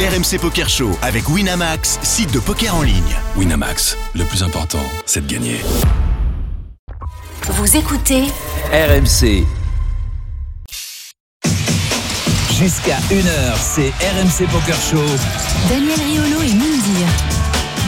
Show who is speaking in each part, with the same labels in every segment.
Speaker 1: RMC Poker Show avec Winamax, site de poker en ligne.
Speaker 2: Winamax, le plus important, c'est de gagner.
Speaker 3: Vous écoutez
Speaker 4: RMC. Jusqu'à 1h, c'est RMC Poker Show.
Speaker 3: Daniel Riolo et Mindir.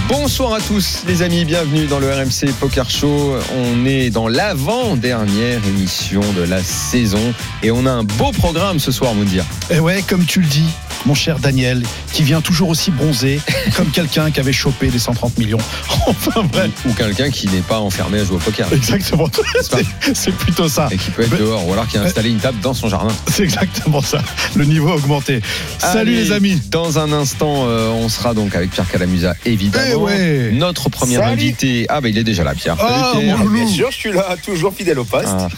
Speaker 5: Bonsoir à tous les amis, bienvenue dans le RMC Poker Show. On est dans l'avant-dernière émission de la saison et on a un beau programme ce soir, vous dire.
Speaker 6: Et Eh ouais, comme tu le dis, mon cher Daniel, qui vient toujours aussi bronzé, comme quelqu'un qui avait chopé les 130 millions. Enfin bref,
Speaker 5: Ou quelqu'un qui n'est pas enfermé à jouer au poker
Speaker 6: exactement.
Speaker 5: pas-
Speaker 6: C'est- C'est plutôt ça.
Speaker 5: et qui peut être
Speaker 6: Ah. Mais-
Speaker 5: dehors ou alors qui a installé une table dans son jardin.
Speaker 6: C'est exactement ça. Le niveau a augmenté. Salut
Speaker 5: Allez,
Speaker 6: les amis.
Speaker 5: Dans un instant, euh, on sera donc avec Pierre Calamusa, évidemment.
Speaker 6: Eh ouais.
Speaker 5: Notre premier
Speaker 7: Salut.
Speaker 5: invité. Ah, bah il est déjà là, Pierre.
Speaker 6: Ah,
Speaker 5: Salut, Pierre.
Speaker 6: mon loulou.
Speaker 7: Bien sûr, je suis là, toujours fidèle au poste.
Speaker 5: Ah.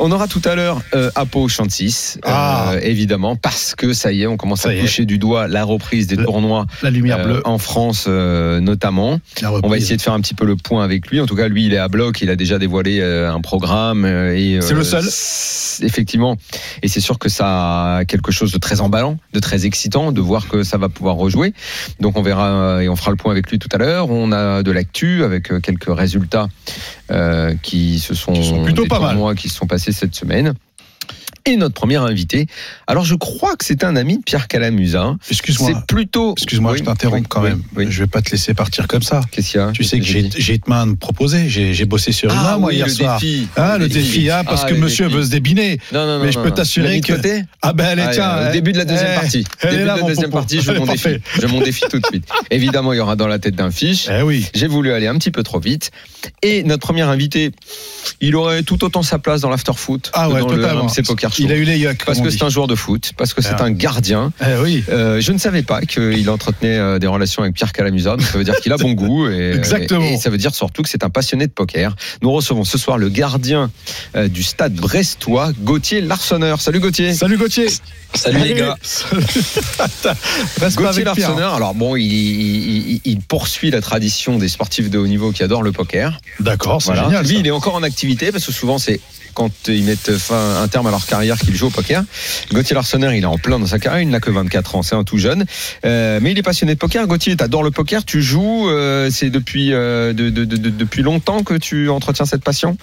Speaker 5: On aura tout à l'heure euh, Apo Chantis, euh,
Speaker 6: Ah.
Speaker 5: évidemment, parce que ça y est, on commence
Speaker 6: Ça
Speaker 5: à
Speaker 6: y est.
Speaker 5: toucher du doigt la reprise des
Speaker 6: Le-
Speaker 5: tournois
Speaker 6: La lumière
Speaker 5: euh,
Speaker 6: bleue.
Speaker 5: en France euh, notamment. On va essayer de faire un petit peu le point avec lui. En tout cas, lui, il est à bloc, il a déjà dévoilé euh, un programme. euh, et,
Speaker 6: C'est le seul.
Speaker 5: s- Effectivement. Et c'est sûr que ça a quelque chose de très emballant, de très excitant, de voir que ça va pouvoir rejouer. Donc on verra euh, et on fera le point avec lui tout à l'heure. On a de l'actu avec euh, quelques résultats euh, qui se sont,
Speaker 6: Qui sont plutôt
Speaker 5: des
Speaker 6: pas mal.
Speaker 5: tournois qui se sont passés cette semaine. Et notre premier invité. Alors je crois que c'est un ami de Pierre Calamusa. C'est
Speaker 6: Excuse-moi.
Speaker 5: plutôt.
Speaker 6: Excuse-moi,
Speaker 5: Oui,
Speaker 6: je t'interromps
Speaker 5: oui,
Speaker 6: quand
Speaker 5: oui,
Speaker 6: même.
Speaker 5: oui. Ah,
Speaker 6: Je vais pas te laisser partir comme ça.
Speaker 5: Qu'est-ce qu'il y a
Speaker 6: Tu sais que
Speaker 5: Qu'est-ce
Speaker 6: j'ai j'ai Hitman me proposé. J'ai j'ai bossé sur Rima, moi,
Speaker 5: Ah oui,
Speaker 6: hier
Speaker 5: le
Speaker 6: soir.
Speaker 5: défi.
Speaker 6: Ah, le défi, ah, parce
Speaker 5: Ah,
Speaker 6: que
Speaker 5: le
Speaker 6: monsieur
Speaker 5: défi.
Speaker 6: veut se débiner.
Speaker 5: Non, non, non,
Speaker 6: Mais je
Speaker 5: non,
Speaker 6: peux
Speaker 5: non.
Speaker 6: t'assurer
Speaker 5: L'as mis de
Speaker 6: que-
Speaker 5: côté
Speaker 6: Ah ben, allez,
Speaker 5: Ah,
Speaker 6: tiens.
Speaker 5: euh, au
Speaker 6: eh,
Speaker 5: début de la deuxième
Speaker 6: eh,
Speaker 5: partie.
Speaker 6: elle
Speaker 5: Début
Speaker 6: est
Speaker 5: de
Speaker 6: là,
Speaker 5: la
Speaker 6: mon
Speaker 5: deuxième
Speaker 6: pompon.
Speaker 5: partie, je
Speaker 6: Elle est
Speaker 5: mon défi.
Speaker 6: parfaite.
Speaker 5: Je mon défi tout de suite. Évidemment, il y aura dans la tête d'un fiche.
Speaker 6: Eh oui.
Speaker 5: J'ai voulu aller un petit peu trop vite. Et notre premier invité, il aurait tout autant sa place dans l'after-foot
Speaker 6: Ah
Speaker 5: que
Speaker 6: ouais,
Speaker 5: dans
Speaker 6: totalement.
Speaker 5: le RMC Poker Show.
Speaker 6: Il a eu les yucks.
Speaker 5: Parce que c'est un joueur de foot, parce que c'est
Speaker 6: Ah.
Speaker 5: un gardien.
Speaker 6: Eh oui.
Speaker 5: Euh, je ne savais pas qu'il entretenait euh, des relations avec Pierre Calamusa. Donc ça veut dire qu'il a bon goût. Et,
Speaker 6: Exactement.
Speaker 5: Et, et ça veut dire surtout que c'est un passionné de poker. Nous recevons ce soir le gardien euh, du stade brestois, Gauthier Larsonneur. Salut Gauthier.
Speaker 6: Salut Gauthier.
Speaker 4: Salut les gars.
Speaker 6: Attends, Reste pas
Speaker 5: Gauthier
Speaker 6: avec Pierre. hein.
Speaker 5: Larsonneur, alors bon, il, il- il- il poursuit la tradition des sportifs de haut niveau qui adorent le poker.
Speaker 6: D'accord, c'est
Speaker 5: Voilà.
Speaker 6: génial.
Speaker 5: Lui,
Speaker 6: ça.
Speaker 5: il est encore en activité parce que souvent c'est quand ils mettent fin, un terme à leur carrière qu'ils jouent au poker. Gauthier Larsonneur, il est en plein dans sa carrière, il n'a que 24 ans, c'est un tout jeune. Euh, mais il est passionné de poker. Gauthier, t'adores le poker, tu joues, euh, c'est depuis, euh, de- de- de- de- depuis longtemps que tu entretiens cette passion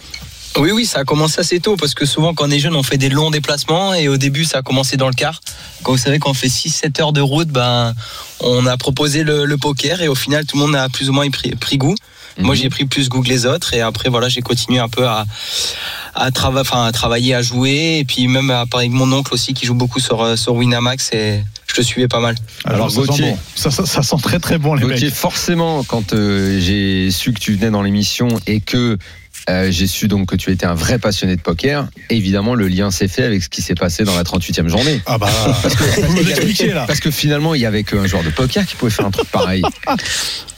Speaker 8: Oui, oui, ça a commencé assez tôt parce que souvent quand on est jeune, on fait des longs déplacements et au début, ça a commencé dans le car. Quand vous savez qu'on fait 6-7 heures de route, ben, on a proposé le, le poker et au final, tout le monde a plus ou moins y pris, pris goût. Moi, j'ai pris plus goût que les autres et après, voilà, j'ai continué un peu à, à, trava- enfin, à travailler, à jouer et puis même à parler avec mon oncle aussi qui joue beaucoup sur, euh, sur Winamax et je le suivais pas mal.
Speaker 6: Alors,
Speaker 5: Alors,
Speaker 6: ça sent
Speaker 5: Gauthier.
Speaker 6: bon. Ça, ça- ça sent très très bon les
Speaker 5: Gauthier,
Speaker 6: mecs.
Speaker 5: forcément, quand euh, j'ai su que tu venais dans l'émission et que euh, j'ai su donc que tu étais un vrai passionné de poker, évidemment, le lien s'est fait avec ce qui s'est passé dans la 38e journée.
Speaker 6: Ah bah, vous nous l'expliquez là.
Speaker 5: Parce que finalement, il y avait qu'un joueur de poker qui pouvait faire un truc pareil.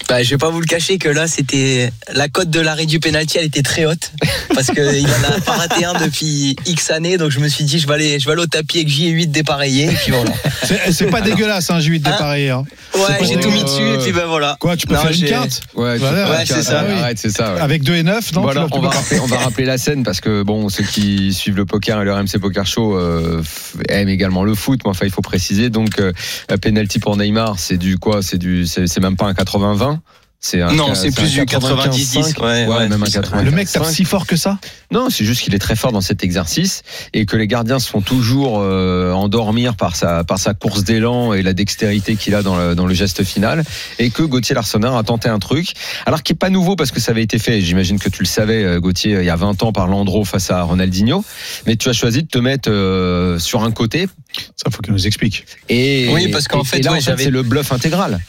Speaker 8: Bah, je vais pas vous le cacher que là, c'était la cote de l'arrêt du penalty, elle était très haute parce que il en a pas raté un depuis X années, donc je me suis dit je vais aller, je vais aller au tapis avec J8 dépareillé. Et puis voilà.
Speaker 6: C'est c'est pas dégueulasse, un juif
Speaker 5: Ah.
Speaker 6: dépareillé. hein. C'est pas
Speaker 8: Ouais, j'ai tout mis
Speaker 6: dégueulasse.
Speaker 8: dessus et puis ben voilà.
Speaker 6: Quoi, tu peux
Speaker 8: Non,
Speaker 6: faire une
Speaker 8: j'ai-
Speaker 6: quinte
Speaker 5: Ouais,
Speaker 6: Voilà,
Speaker 5: tu-
Speaker 8: ouais, c'est ça,
Speaker 5: arrête,
Speaker 6: oui.
Speaker 5: Arrête, c'est ça. ouais.
Speaker 6: avec 2 et 9 Non,
Speaker 5: Voilà,
Speaker 6: Ah, tu
Speaker 5: on
Speaker 6: l'as-
Speaker 5: va, rappeler, on va rappeler la scène parce que bon, ceux qui suivent le poker et le RMC Poker Show euh, f- aiment également le foot, mais enfin il faut préciser. Donc, euh, la penalty pour Neymar, c'est du quoi C'est du, c'est c'est même pas un 80-20. C'est un-
Speaker 8: Non, c'est
Speaker 5: un
Speaker 8: plus du
Speaker 5: 95-5.
Speaker 8: 90-10. Ouais, ouais,
Speaker 5: même un
Speaker 8: plus ça.
Speaker 5: 95.
Speaker 6: le mec tape si fort que ça
Speaker 5: Non, c'est juste qu'il est très fort dans cet exercice et que les gardiens se font toujours euh, endormir par sa, par sa course d'élan et la dextérité qu'il a dans le, dans le geste final et que Gauthier Larsonneur a tenté un truc, alors qui est pas nouveau parce que ça avait été fait, et j'imagine que tu le savais euh, Gauthier, il y a 20 ans par Landreau face à Ronaldinho, mais tu as choisi de te mettre euh, sur un côté
Speaker 6: Ça, faut qu'il nous explique.
Speaker 5: et,
Speaker 8: Oui, parce qu'en
Speaker 5: et-
Speaker 8: fait,
Speaker 5: et là,
Speaker 8: ouais,
Speaker 5: en fait
Speaker 8: j'avais-
Speaker 5: c'est le bluff intégral.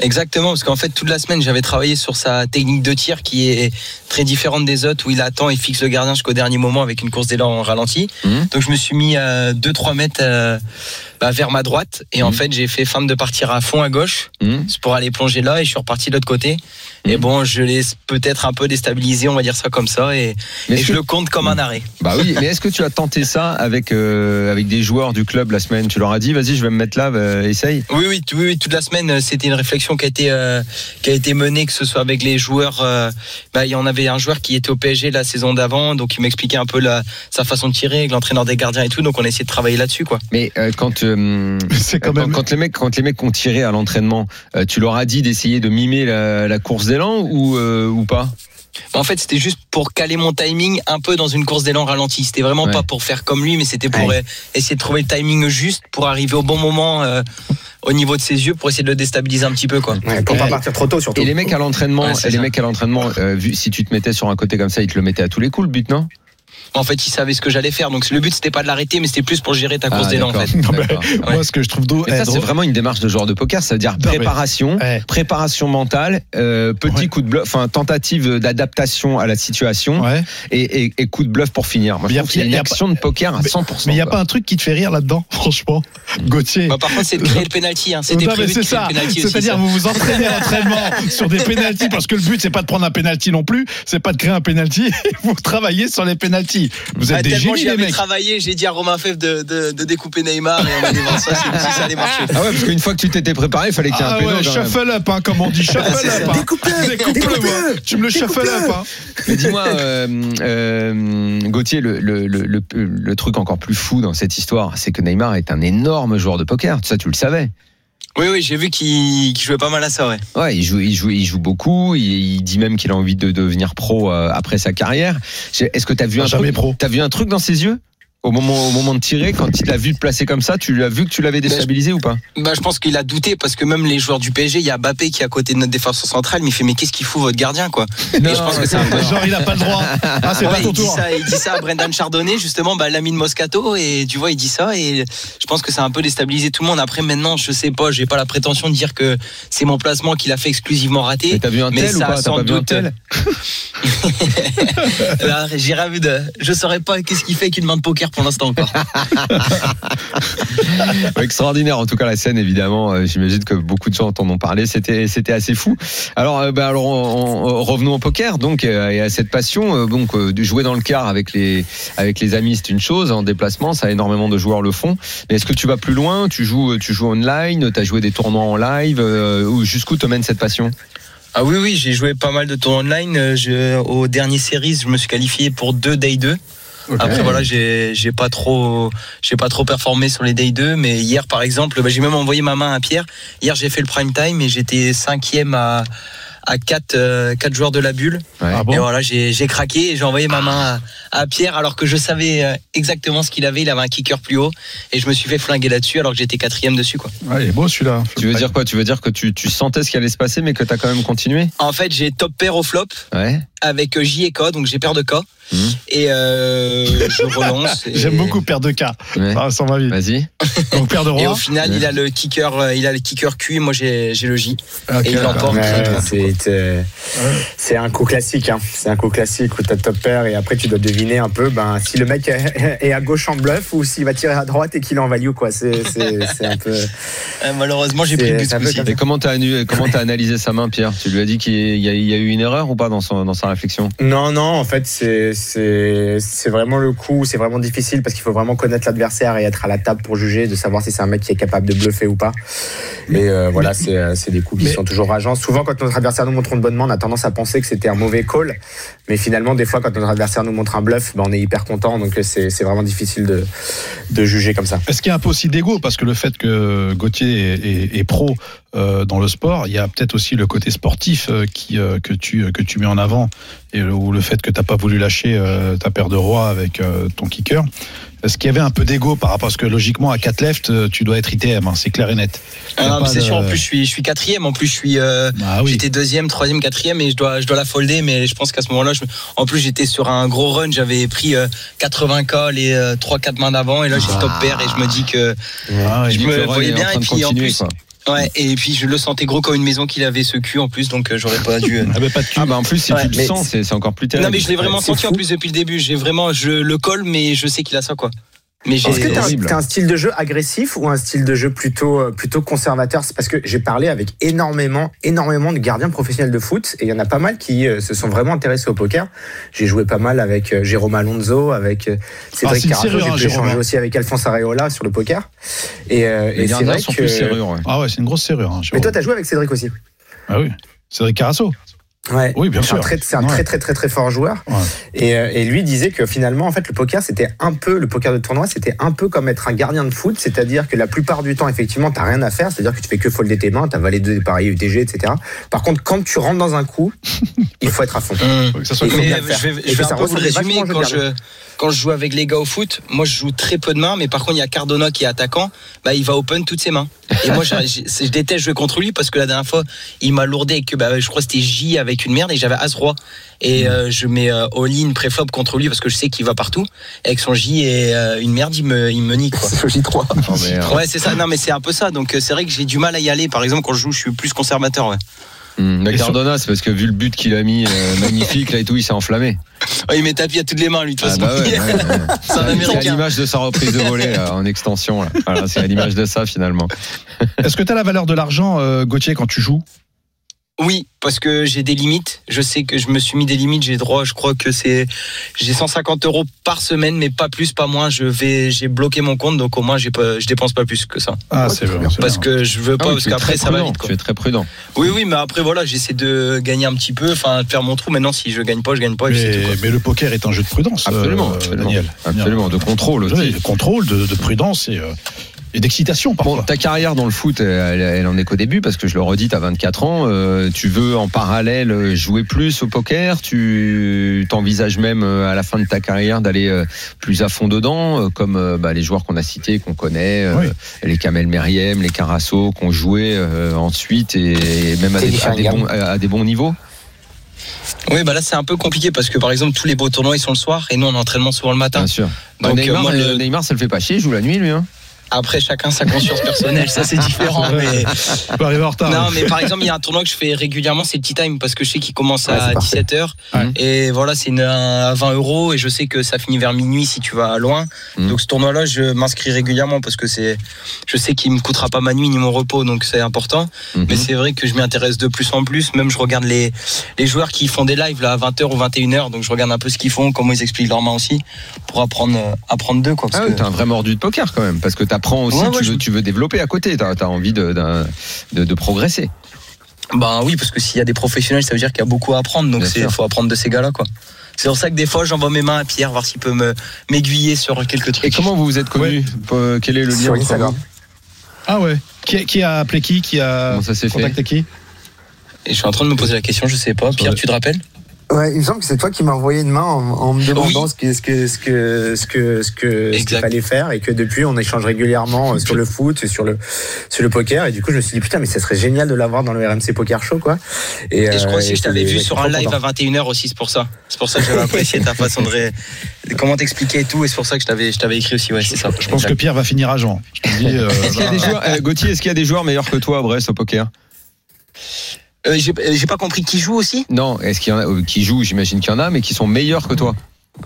Speaker 8: Exactement, parce qu'en fait, toute la semaine, j'avais travaillé sur sa technique de tir qui est très différente des autres, où il attend et fixe le gardien jusqu'au dernier moment avec une course d'élan en ralenti.
Speaker 5: Mhm.
Speaker 8: Donc, je me suis mis 2-3 mètres euh, bah, vers ma droite, et en
Speaker 5: Mhm.
Speaker 8: fait, j'ai fait femme de partir à fond à gauche
Speaker 5: Hmm
Speaker 8: C'est pour aller plonger là, et je suis reparti de l'autre côté.
Speaker 5: Mhm.
Speaker 8: Et bon, je l'ai peut-être un peu déstabilisé, on va dire ça comme ça, et,
Speaker 5: Mais
Speaker 8: et
Speaker 5: est-ce
Speaker 8: je
Speaker 5: que-
Speaker 8: le compte comme un arrêt.
Speaker 5: Bah oui, mais est-ce que tu as tenté ça avec, euh, avec des joueurs du club la semaine Tu leur as dit vas-y je vais me mettre là, euh, essaye
Speaker 8: Oui, oui, t- oui, oui, toute la semaine, euh, c'était une réflexion qui a été euh, qui a été menée, que ce soit avec les joueurs. euh, bah, il y en avait un joueur qui était au PSG la saison d'avant, donc il m'expliquait un peu la, sa façon de tirer, avec l'entraîneur des gardiens et tout. Donc on a essayé de travailler là-dessus, quoi.
Speaker 5: Mais euh, quand, euh, hum,
Speaker 6: C'est quand
Speaker 5: quand,
Speaker 6: même.
Speaker 5: quand les mecs, quand les mecs ont tiré à l'entraînement, euh, tu leur as dit d'essayer de mimer la, la course d'élan ou euh, ou pas
Speaker 8: En fait, c'était juste pour caler mon timing un peu dans une course d'élan ralenti. C'était vraiment
Speaker 5: Ouais.
Speaker 8: pas pour faire comme lui, mais c'était pour
Speaker 5: Ouais.
Speaker 8: euh, essayer de trouver le timing juste pour arriver au bon moment euh, au niveau de ses yeux pour essayer de le déstabiliser un petit peu, quoi.
Speaker 7: Ouais, pour pas
Speaker 6: Ouais.
Speaker 7: partir trop tôt surtout.
Speaker 5: Et les mecs à l'entraînement,
Speaker 8: Ouais, c'est
Speaker 5: et les
Speaker 8: ça.
Speaker 5: mecs à l'entraînement, euh, vu si tu te mettais sur un côté comme ça, ils te le mettaient à tous les coups le but, non
Speaker 8: En fait, il savait ce que j'allais faire. Donc le but c'était pas de l'arrêter, mais c'était plus pour gérer ta course
Speaker 5: Ah,
Speaker 8: d'élan, en
Speaker 5: d'accord,
Speaker 8: fait.
Speaker 6: Non, mais-
Speaker 5: d'accord.
Speaker 8: ouais.
Speaker 6: Moi, ce que je trouve drôle.
Speaker 5: Mais
Speaker 6: eh,
Speaker 5: ça, c'est
Speaker 6: drôle-
Speaker 5: vraiment une démarche de joueur de poker, ça veut dire
Speaker 6: mais-
Speaker 5: préparation,
Speaker 6: eh,
Speaker 5: préparation mentale, euh, petit
Speaker 6: Ouais.
Speaker 5: coup de bluff, enfin tentative d'adaptation à la situation
Speaker 6: ouais.
Speaker 5: et, et- et coup de bluff pour finir. Moi,
Speaker 6: Mais
Speaker 5: je
Speaker 6: y a-
Speaker 5: trouve que c'est
Speaker 6: y a-
Speaker 5: une
Speaker 6: y a
Speaker 5: action de poker à 100%.
Speaker 6: Mais il n'y a
Speaker 5: quoi.
Speaker 6: pas un truc qui te fait rire là-dedans, franchement. Gauthier.
Speaker 8: Bah, par contre, c'est de créer le penalty. Hein. C'était
Speaker 6: Non, mais
Speaker 8: prévu de
Speaker 6: c'est
Speaker 8: créer
Speaker 6: ça.
Speaker 8: le penalty aussi.
Speaker 6: C'est-à-dire,
Speaker 8: ça.
Speaker 6: vous vous entraînez à l'entraînement sur des pénalties parce que le but, c'est pas de prendre un pénalty non plus, c'est pas de créer un pénalty. Vous travaillez sur les pénalties. Vous êtes
Speaker 8: Ah,
Speaker 6: des
Speaker 8: tellement
Speaker 6: génies,
Speaker 8: j'y
Speaker 6: les
Speaker 8: avais
Speaker 6: mecs.
Speaker 8: travaillé, j'ai dit à Romain Fèvre de, de- de découper Neymar et on allait voir ça, c'est- si ça allait marcher.
Speaker 5: Ah ouais, parce qu'une fois que tu t'étais préparé, il fallait qu'il y ait un
Speaker 6: Ah
Speaker 5: péno
Speaker 6: ouais,
Speaker 5: quand même.
Speaker 6: shuffle up, hein, comme on dit. Shuffle
Speaker 8: Ah, c'est
Speaker 6: up.
Speaker 8: ça.
Speaker 6: hein.
Speaker 7: Découpe-le,
Speaker 6: Découpe-le,
Speaker 7: découpe-le.
Speaker 6: moi. Tu me le shuffle up. hein.
Speaker 5: Mais dis-moi, euh, euh, Gauthier, le, le, le, le, le truc encore plus fou dans cette histoire, c'est que Neymar est un énorme joueur de poker. Ça, tu le savais.
Speaker 8: Oui, oui, j'ai vu qu'il qu'il jouait pas mal à ça, ouais.
Speaker 5: Ouais, il joue, il joue, il joue beaucoup. Il, il dit même qu'il a envie de devenir pro euh, après sa carrière. J'ai- Est-ce que t'as vu un
Speaker 6: Ah, Jamais
Speaker 5: truc,
Speaker 6: pro.
Speaker 5: T'as vu un truc dans ses yeux au moment, au moment de tirer, quand il l'a vu te placer comme ça, tu l'as vu que tu l'avais déstabilisé ou pas
Speaker 8: Bah, je pense qu'il a douté parce que même les joueurs du PSG, il y a Mbappé qui est à côté de notre défenseur central, mais il fait mais qu'est-ce qu'il fout votre gardien quoi Et je pense que c'est un peu.
Speaker 6: Genre, il a pas le droit. Ah, c'est
Speaker 8: Ouais,
Speaker 6: pas
Speaker 8: bah.
Speaker 6: ton
Speaker 8: il, dit
Speaker 6: tour.
Speaker 8: ça, il dit ça à Brendan Chardonnay justement, bah, l'ami de Moscato et tu vois il dit ça et je pense que ça a un peu déstabilisé tout le monde. Après maintenant je sais pas, j'ai pas la prétention de dire que c'est mon placement qu'il a fait exclusivement
Speaker 5: Mais
Speaker 8: raté.
Speaker 5: t'as vu un
Speaker 8: Mais
Speaker 5: tel ou
Speaker 8: ça,
Speaker 5: pas T'as
Speaker 8: sans
Speaker 5: pas vu un
Speaker 8: doute,
Speaker 5: tel
Speaker 8: Là, J'ai rien vu de, Euh, je saurais pas qu'est-ce qu'il fait qu'une main de poker pour l'instant encore.
Speaker 5: Extraordinaire en tout cas la scène évidemment. Euh, J'imagine que beaucoup de gens en ont parlé. C'était c'était assez fou. Alors euh, bah, alors on- on- revenons au poker donc euh, et à cette passion. Euh, donc euh, de jouer dans le car avec les avec les amis c'est une chose. En déplacement ça énormément de joueurs le font. Mais est-ce que tu vas plus loin Tu joues euh, tu joues online. T'as joué des tournois en live. euh, ou jusqu'où te mène cette passion
Speaker 8: Ah oui, oui, j'ai joué pas mal de tours online. Euh, Je, au dernier series, je me suis qualifié pour deux day 2. Après voilà, j'ai j'ai pas trop j'ai pas trop performé sur les day 2, mais hier par exemple, bah, j'ai même envoyé ma main à Pierre. Hier j'ai fait le prime time et j'étais cinquième à à 4 quatre joueurs de la bulle.
Speaker 5: Ouais.
Speaker 6: Ah
Speaker 8: Et
Speaker 6: bon
Speaker 8: voilà, j'ai j'ai craqué et j'ai envoyé ma main à, à Pierre alors que je savais euh, exactement ce qu'il avait. Il avait un kicker plus haut et je me suis fait flinguer là-dessus alors que j'étais quatrième dessus quoi.
Speaker 6: Ah, Il est beau celui-là.
Speaker 5: Tu veux dire quoi Tu veux dire que tu, tu sentais ce qui allait se passer mais que t'as quand même continué
Speaker 8: En fait, j'ai top pair au flop.
Speaker 5: Ouais.
Speaker 8: avec euh, J et K, donc j'ai peur de K.
Speaker 5: Mhm.
Speaker 8: Et euh, je relance. et-
Speaker 6: J'aime beaucoup Père de cas.
Speaker 5: ouais.
Speaker 6: Ah, ça va vite.
Speaker 5: Vas-y.
Speaker 6: Donc, Père de
Speaker 8: Et au
Speaker 6: Roi.
Speaker 8: final,
Speaker 5: Ouais.
Speaker 8: il a le kicker, euh, il a le kicker Q. et Moi, j'ai j'ai le J. et il
Speaker 7: Ouais,
Speaker 8: l'emporte.
Speaker 7: c'est euh, c'est un coup classique. hein. C'est un coup classique où t'as top pair et après tu dois deviner un peu ben, si le mec est à gauche en bluff ou s'il va tirer à droite et qu'il est en value. quoi. C'est c'est- c'est un peu.
Speaker 8: Euh, Malheureusement, j'ai
Speaker 7: C'est-
Speaker 8: pris le but
Speaker 7: c'est
Speaker 8: ce
Speaker 7: un peu
Speaker 8: coup-ci.
Speaker 7: comme
Speaker 5: Et comment t'as annu- comment t'as analysé sa main, Pierre Tu lui as dit qu'il y, a- il y a eu une erreur ou pas dans, son, dans sa réflexion
Speaker 7: Non, non, en fait, c'est- c'est c'est vraiment le coup, c'est vraiment difficile parce qu'il faut vraiment connaître l'adversaire et être à la table pour juger, de savoir si c'est un mec qui est capable de bluffer ou pas. Et euh, voilà, c'est euh, c'est des coups qui
Speaker 6: mais-
Speaker 7: sont toujours rageants. Souvent, quand notre adversaire nous montre une bonne main, on a tendance à penser que c'était un mauvais call. Mais finalement, des fois, quand notre adversaire nous montre un bluff, ben, on est hyper content. Donc, euh, c'est c'est vraiment difficile de, de juger comme ça.
Speaker 6: Est-ce qu'il y a un peu aussi d'ego Parce que le fait que Gauthier est, est- est pro euh, dans le sport, il y a peut-être aussi le côté sportif euh, qui, euh, que, tu, euh, que tu mets en avant, et, le- ou le fait que tu n'as pas voulu lâcher euh, ta paire de rois avec euh, ton kicker. Est-ce qu'il y avait un peu d'ego par rapport Parce que logiquement, à 4 left, euh, tu dois être ITM, hein, c'est clair et net.
Speaker 8: Ah
Speaker 6: Il y a
Speaker 8: non, mais
Speaker 6: pas
Speaker 8: c'est
Speaker 6: de-
Speaker 8: sûr. En plus, je suis, je suis quatrième. En plus, je suis. euh,
Speaker 6: Ah oui.
Speaker 8: J'étais deuxième, troisième, quatrième et je dois, je dois la folder, mais je pense qu'à ce moment-là, je... en plus j'étais sur un gros run, j'avais pris euh, 80 calls et 3-4 euh, mains d'avant et là j'ai top pair et je me dis que
Speaker 6: Ah oui.
Speaker 8: je
Speaker 5: Il dit
Speaker 8: me
Speaker 5: que le run
Speaker 8: voyais
Speaker 5: est en
Speaker 8: bien,
Speaker 5: train
Speaker 8: et
Speaker 5: de
Speaker 8: puis en
Speaker 5: continuer,
Speaker 8: plus-
Speaker 5: quoi.
Speaker 8: ouais et puis je le sentais gros comme une maison qu'il avait ce cul en plus donc euh, j'aurais pas dû. euh,
Speaker 6: Ah ben, pas de cul.
Speaker 5: Ah bah en plus si
Speaker 8: Ouais,
Speaker 5: tu le
Speaker 7: mais-
Speaker 5: sens c'est c'est encore plus terrible.
Speaker 8: Non mais je l'ai vraiment
Speaker 7: C'est
Speaker 8: senti en
Speaker 7: fou.
Speaker 8: plus depuis le début. J'ai vraiment, je le colle, mais je sais qu'il a ça quoi. Mais j'ai.
Speaker 7: Est-ce que
Speaker 5: c'est
Speaker 7: t'as
Speaker 5: horrible.
Speaker 7: un, t'as un style de jeu agressif ou un style de jeu plutôt, euh, plutôt conservateur C'est parce que j'ai parlé avec énormément, énormément de gardiens professionnels de foot et il y en a pas mal qui euh, se sont vraiment intéressés au poker. J'ai joué pas mal avec euh, Jérôme Alonso, avec euh,
Speaker 6: Ah, c'est
Speaker 7: Cédric
Speaker 6: une
Speaker 7: Carrasco,
Speaker 6: serrure, hein,
Speaker 7: j'ai pu
Speaker 6: Jérôme,
Speaker 7: échanger
Speaker 6: hein.
Speaker 7: aussi avec Alphonse Areola sur le poker. Et, euh,
Speaker 5: Les
Speaker 7: et c'est
Speaker 5: gardiens
Speaker 7: vrai
Speaker 5: sont
Speaker 7: que...
Speaker 5: plus serrures. ouais.
Speaker 6: Ah ouais, c'est une grosse serrure. hein,
Speaker 7: Mais
Speaker 6: Jérôme.
Speaker 7: toi, t'as joué avec Cédric aussi
Speaker 6: Ah oui. Cédric Carasso.
Speaker 7: Ouais.
Speaker 6: Oui, bien
Speaker 7: C'est un
Speaker 6: sûr.
Speaker 7: très- C'est un
Speaker 6: Ouais.
Speaker 7: très très très très fort joueur.
Speaker 6: Ouais.
Speaker 7: Et, euh, et lui disait que finalement, en fait, le poker, c'était un peu le poker de tournoi, c'était un peu comme être un gardien de foot, c'est-à-dire que la plupart du temps, effectivement, t'as rien à faire, c'est-à-dire que tu fais que folder tes mains, t'as validé des paris UTG, etc. Par contre, quand tu rentres dans un coup, il faut être à fond.
Speaker 8: Hum.
Speaker 6: Faut que ça soit
Speaker 7: Et-
Speaker 6: comme-
Speaker 7: bien
Speaker 8: Mais
Speaker 7: le faire.
Speaker 8: je vais,
Speaker 7: Et
Speaker 8: je vais
Speaker 7: que ça
Speaker 8: un peu vous le
Speaker 7: ressemble
Speaker 8: résumer.
Speaker 7: vachement au
Speaker 8: Quand
Speaker 7: jeu de
Speaker 8: je, quand je joue avec les gars au foot, moi je joue très peu de mains, mais par contre il y a Cardona qui est attaquant, bah, il va open toutes ses mains. Et moi j'ai- j'ai- je déteste jouer contre lui parce que la dernière fois il m'a lourdé et que bah, je crois que c'était J avec une merde et j'avais As-Roi.
Speaker 7: Mm.
Speaker 8: Et euh, je mets euh, all-in préflop contre lui parce que je sais qu'il va partout. Et avec son J et euh, une merde, il me, il me nique. Quoi.
Speaker 7: J3.
Speaker 5: Non, mais, euh,
Speaker 8: Ouais, c'est ça, non mais c'est un peu ça. Donc euh, c'est vrai que j'ai du mal à y aller. Par exemple, quand je joue, je suis plus conservateur. Ouais.
Speaker 5: hum, mais
Speaker 6: Et sur-
Speaker 5: Cardona, c'est parce que vu le but qu'il a mis, euh, magnifique, là et tout, il s'est enflammé.
Speaker 8: Oh, il met tapis à toutes les mains lui, de toute
Speaker 5: Ah
Speaker 8: façon.
Speaker 5: bah ouais, ouais, ouais.
Speaker 8: C'est un
Speaker 5: C'est à
Speaker 8: américain.
Speaker 5: l'image de sa reprise de volée là, en extension. là. Voilà, c'est à l'image de ça finalement.
Speaker 6: Est-ce que tu as la valeur de l'argent, euh, Gauthier, quand tu joues
Speaker 8: Oui, parce que j'ai des limites. Je sais que je me suis mis des limites. J'ai droit, je crois que c'est, j'ai 150 euros par semaine, mais pas plus, pas moins. Je vais, j'ai bloqué mon compte, donc au moins j'ai pas, je dépense pas plus que ça.
Speaker 6: Ah, c'est vrai. c'est
Speaker 8: Parce
Speaker 6: vrai.
Speaker 8: que je veux
Speaker 5: Ah
Speaker 8: pas,
Speaker 5: oui,
Speaker 8: parce
Speaker 5: tu es
Speaker 8: qu'après
Speaker 5: très
Speaker 8: ça va
Speaker 5: prudent,
Speaker 8: vite. quoi. Euh,
Speaker 5: Tu es très prudent.
Speaker 8: Oui, oui, mais après voilà, j'essaie de gagner un petit peu, enfin de faire mon trou. Maintenant, si je gagne pas, je gagne pas. et c'est tout, quoi.
Speaker 6: Mais, mais le poker est un jeu de prudence, euh,
Speaker 5: Absolument, absolument.
Speaker 6: Daniel.
Speaker 5: Absolument, de contrôle aussi.
Speaker 6: Oui, de contrôle, de, de prudence et, euh, et d'excitation parfois.
Speaker 5: Bon, ta carrière dans le foot, elle, elle en est qu'au début parce que je le redis, t'as 24 ans. euh, tu veux en parallèle jouer plus au poker. Tu t'envisages même euh, à la fin de ta carrière d'aller euh, plus à fond dedans, euh, comme euh, bah, les joueurs qu'on a cités, qu'on connaît, euh,
Speaker 6: Oui.
Speaker 5: les Kamel Meriem, les Carasso, qu'on jouait euh, ensuite et, et même à
Speaker 7: Teddy
Speaker 5: des, à des
Speaker 7: Sheringham.
Speaker 5: bons, à- à des bons niveaux.
Speaker 8: Oui, bah là, c'est un peu compliqué parce que par exemple, tous les beaux tournois, ils sont le soir, et nous, on a entraînement souvent le matin.
Speaker 5: Bien sûr. Bah,
Speaker 8: Donc, euh,
Speaker 5: Neymar,
Speaker 8: moi, le-
Speaker 5: Neymar, ça le fait pas chier, il joue la nuit lui. Hein.
Speaker 8: Après, chacun sa conscience personnelle, ça c'est différent. mais...
Speaker 6: Tu peux arriver en retard.
Speaker 8: Non, mais par exemple, il y a un tournoi que je fais régulièrement, c'est le Tea Time, parce que je sais qu'il commence
Speaker 7: Ouais,
Speaker 8: à
Speaker 7: c'est parfait.
Speaker 8: 17h.
Speaker 6: Ouais.
Speaker 8: Et voilà, c'est une- à 20 euros, et je sais que ça finit vers minuit si tu vas loin.
Speaker 5: Mhm.
Speaker 8: Donc ce tournoi-là, je m'inscris régulièrement, parce que c'est, je sais qu'il me coûtera pas ma nuit ni mon repos, donc c'est important. Mais c'est vrai que je m'y intéresse de plus en plus. Même je regarde les, les joueurs qui font des lives là, à 20h ou 21h, donc je regarde un peu ce qu'ils font, comment ils expliquent leurs mains aussi, pour apprendre, euh, apprendre d'eux. Quoi, parce
Speaker 5: Ah
Speaker 8: que-
Speaker 5: oui, t'es un vrai mordu de poker quand même, parce que t'apprends aussi,
Speaker 8: Ouais, ouais,
Speaker 5: tu,
Speaker 8: je-
Speaker 5: veux, tu veux développer à côté, t'as as envie de, d'un- de, de progresser.
Speaker 8: Ben oui, parce que s'il y a des professionnels, ça veut dire qu'il y a beaucoup à apprendre. Donc
Speaker 5: Bien
Speaker 8: il
Speaker 5: sûr.
Speaker 8: faut apprendre de ces gars-là, quoi. C'est pour ça que des fois, j'envoie mes mains à Pierre, voir s'il peut me m'aiguiller sur quelques trucs.
Speaker 5: Et comment vous vous êtes connus Euh, Quel est le lien
Speaker 7: Sur
Speaker 5: entre
Speaker 7: Instagram.
Speaker 5: vous
Speaker 6: Ah ouais. Qui, qui a appelé qui Qui a
Speaker 5: Comment ça s'est fait
Speaker 6: contacté qui
Speaker 8: Et je suis en train de me poser la question, je sais pas. Pierre, tu te rappelles
Speaker 7: Ouais, il me semble que c'est toi qui m'as envoyé une main en, en me demandant
Speaker 8: Oui.
Speaker 7: ce que ce que ce que ce que ce que ce qu'il
Speaker 8: Exact.
Speaker 7: fallait faire et que depuis on échange régulièrement euh, sur le foot, sur le sur le poker et du coup je me suis dit putain mais ça serait génial de l'avoir dans le RMC Poker Show quoi.
Speaker 8: Et je crois aussi
Speaker 7: euh,
Speaker 8: que je t'avais
Speaker 7: j'étais-
Speaker 8: vu
Speaker 7: j'étais
Speaker 8: sur
Speaker 7: trop
Speaker 8: un live
Speaker 7: content.
Speaker 8: à 21h aussi, c'est pour ça. C'est pour ça que j'avais apprécié ta façon de, ré- de comment t'expliquer et tout. Et c'est pour ça que je t'avais je t'avais écrit aussi, ouais, c'est ça.
Speaker 6: Je pense que Pierre va finir agent. Je te le dis, euh,
Speaker 5: Est-ce qu'il y a des
Speaker 6: bah,
Speaker 5: joueurs, euh, Gauthier, est-ce qu'il y a des joueurs meilleurs que toi à Brest au poker
Speaker 8: Euh, j'ai euh, j'ai pas compris qui joue aussi
Speaker 5: Non, est-ce qu'il y en a euh, qui jouent J'imagine qu'il y en a, mais qui sont meilleurs que toi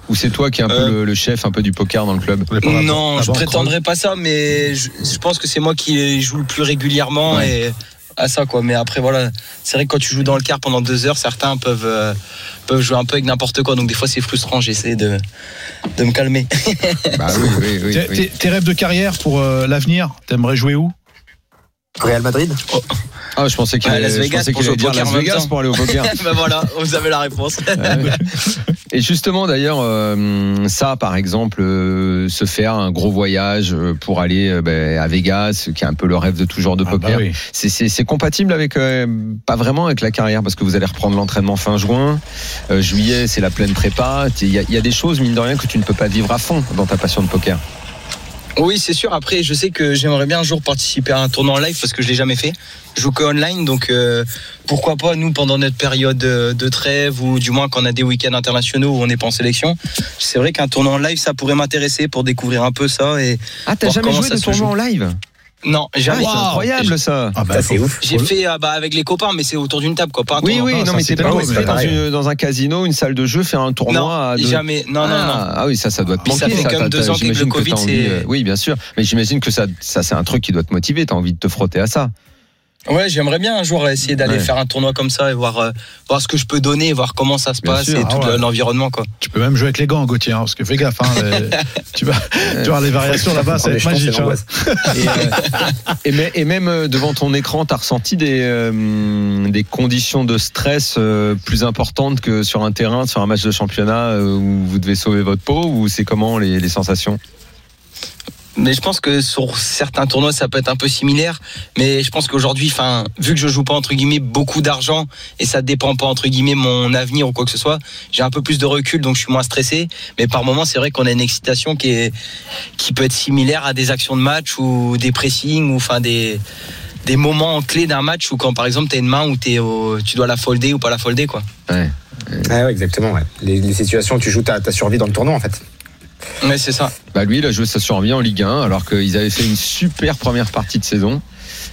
Speaker 5: Ou c'est toi qui es un
Speaker 8: Euh.
Speaker 5: peu le, le chef un peu du poker dans le club
Speaker 6: on est pas là.
Speaker 8: Non,
Speaker 6: La
Speaker 8: je
Speaker 6: banque
Speaker 8: prétendrai pas ça, mais je, je pense que c'est moi qui joue le plus régulièrement
Speaker 5: Ouais.
Speaker 8: et à ça quoi. Mais après voilà, c'est vrai que quand tu joues dans le quart pendant deux heures, certains peuvent euh, peuvent jouer un peu avec n'importe quoi. Donc des fois c'est frustrant. J'essaie de de me calmer.
Speaker 5: Bah oui, oui, oui.
Speaker 6: Tes, tes- tes rêves de carrière pour euh, l'avenir, t'aimerais jouer où
Speaker 7: Real Madrid.
Speaker 5: Ah, je pensais qu'il
Speaker 8: Ah,
Speaker 5: allait,
Speaker 8: Las
Speaker 5: je
Speaker 8: Vegas
Speaker 5: pensais
Speaker 8: pour
Speaker 5: qu'il allait
Speaker 8: jouer au
Speaker 5: dire
Speaker 8: poker
Speaker 5: Las
Speaker 8: en même
Speaker 5: Vegas
Speaker 8: temps.
Speaker 5: pour aller au poker.
Speaker 8: ben voilà, vous avez la réponse.
Speaker 5: Et justement, d'ailleurs, euh, ça, par exemple, euh, se faire un gros voyage euh, pour aller euh, ben, à Vegas, qui est un peu le rêve de tout genre de
Speaker 6: Ah bah
Speaker 5: poker,
Speaker 6: oui.
Speaker 5: c'est- c'est c'est compatible avec, euh, pas vraiment avec la carrière, parce que vous allez reprendre l'entraînement fin juin, euh, juillet, c'est la pleine prépa. Il y, a- il y a des choses, mine de rien, que tu ne peux pas vivre à fond dans ta passion de poker.
Speaker 8: Oui, c'est sûr. Après, je sais que j'aimerais bien un jour participer à un tournoi en live parce que je l'ai jamais fait. Je joue que online, donc euh, pourquoi pas nous pendant notre période euh, de trêve ou du moins quand on a des week-ends internationaux où on n'est pas en sélection. C'est vrai qu'un tournoi en live, ça pourrait m'intéresser pour découvrir un peu ça. Et
Speaker 5: Ah, t'as
Speaker 8: Voir
Speaker 5: jamais
Speaker 8: comment
Speaker 5: joué
Speaker 8: ça
Speaker 5: de
Speaker 8: se
Speaker 5: tournoi en live
Speaker 8: non,
Speaker 5: Ah,
Speaker 8: jamais.
Speaker 5: C'est incroyable, ça
Speaker 6: Ah bah,
Speaker 7: Ça, c'est
Speaker 6: faut-
Speaker 7: ouf.
Speaker 8: J'ai fait euh, bah, avec les copains, mais c'est autour d'une table, quoi. Pas un
Speaker 5: Oui,
Speaker 8: tournoi.
Speaker 5: oui,
Speaker 6: non,
Speaker 5: non,
Speaker 6: Ah, ça,
Speaker 5: mais
Speaker 6: c'est
Speaker 5: t'es pas
Speaker 6: dingue,
Speaker 5: resté
Speaker 6: mais
Speaker 5: dans,
Speaker 6: pareil.
Speaker 5: une- dans un casino, une salle de jeu, faire un tournoi à
Speaker 8: Non,
Speaker 5: deux.
Speaker 8: jamais. Non, non, non.
Speaker 5: ah, ah oui, ça, ça doit te
Speaker 8: Mais
Speaker 5: manquer.
Speaker 8: ça fait quand même deux
Speaker 5: t'as-
Speaker 8: ans que le
Speaker 5: j'imagine
Speaker 8: Covid,
Speaker 5: t'as envie,
Speaker 8: c'est-
Speaker 5: euh, Oui, bien sûr. Mais j'imagine que ça, ça c'est un truc qui doit te motiver. T'as envie de te frotter à ça.
Speaker 8: Ouais, j'aimerais bien un jour essayer d'aller
Speaker 5: Ouais.
Speaker 8: faire un tournoi comme ça et voir, euh, voir ce que je peux donner, voir comment ça se
Speaker 5: Bien
Speaker 8: passe
Speaker 5: sûr,
Speaker 8: et
Speaker 6: ah
Speaker 8: tout
Speaker 6: ouais.
Speaker 8: le- l'environnement. quoi.
Speaker 6: Tu peux même jouer avec les gants, Gauthier, hein, parce que fais gaffe. Hein, les- tu, vas, tu vas voir les variations là-bas, ça va être
Speaker 7: Je pense que
Speaker 6: magique.
Speaker 7: c'est
Speaker 6: hein.
Speaker 7: l'angoisse.
Speaker 5: Et, euh, et, mais- et même euh, devant ton écran, t'as ressenti des, euh, des conditions de stress euh, plus importantes que sur un terrain, sur un match de championnat euh, où vous devez sauver votre peau ou c'est comment les, les sensations
Speaker 8: Mais je pense que sur certains tournois, ça peut être un peu similaire. Mais je pense qu'aujourd'hui, enfin, vu que je joue pas entre guillemets beaucoup d'argent et ça dépend pas entre guillemets mon avenir ou quoi que ce soit, j'ai un peu plus de recul, donc je suis moins stressé. Mais par moments, c'est vrai qu'on a une excitation qui est, qui peut être similaire à des actions de match ou des pressings ou enfin des des moments clés d'un match ou quand par exemple t'as une main où t'es au- tu dois la folder ou pas la folder quoi.
Speaker 7: Ah ouais, exactement. ouais. Les, les situations où tu joues ta, ta survie dans le tournoi, en fait.
Speaker 8: Ouais c'est ça.
Speaker 5: bah, Lui, il a joué sa survie en Ligue 1 alors qu'ils avaient fait une super première partie de saison.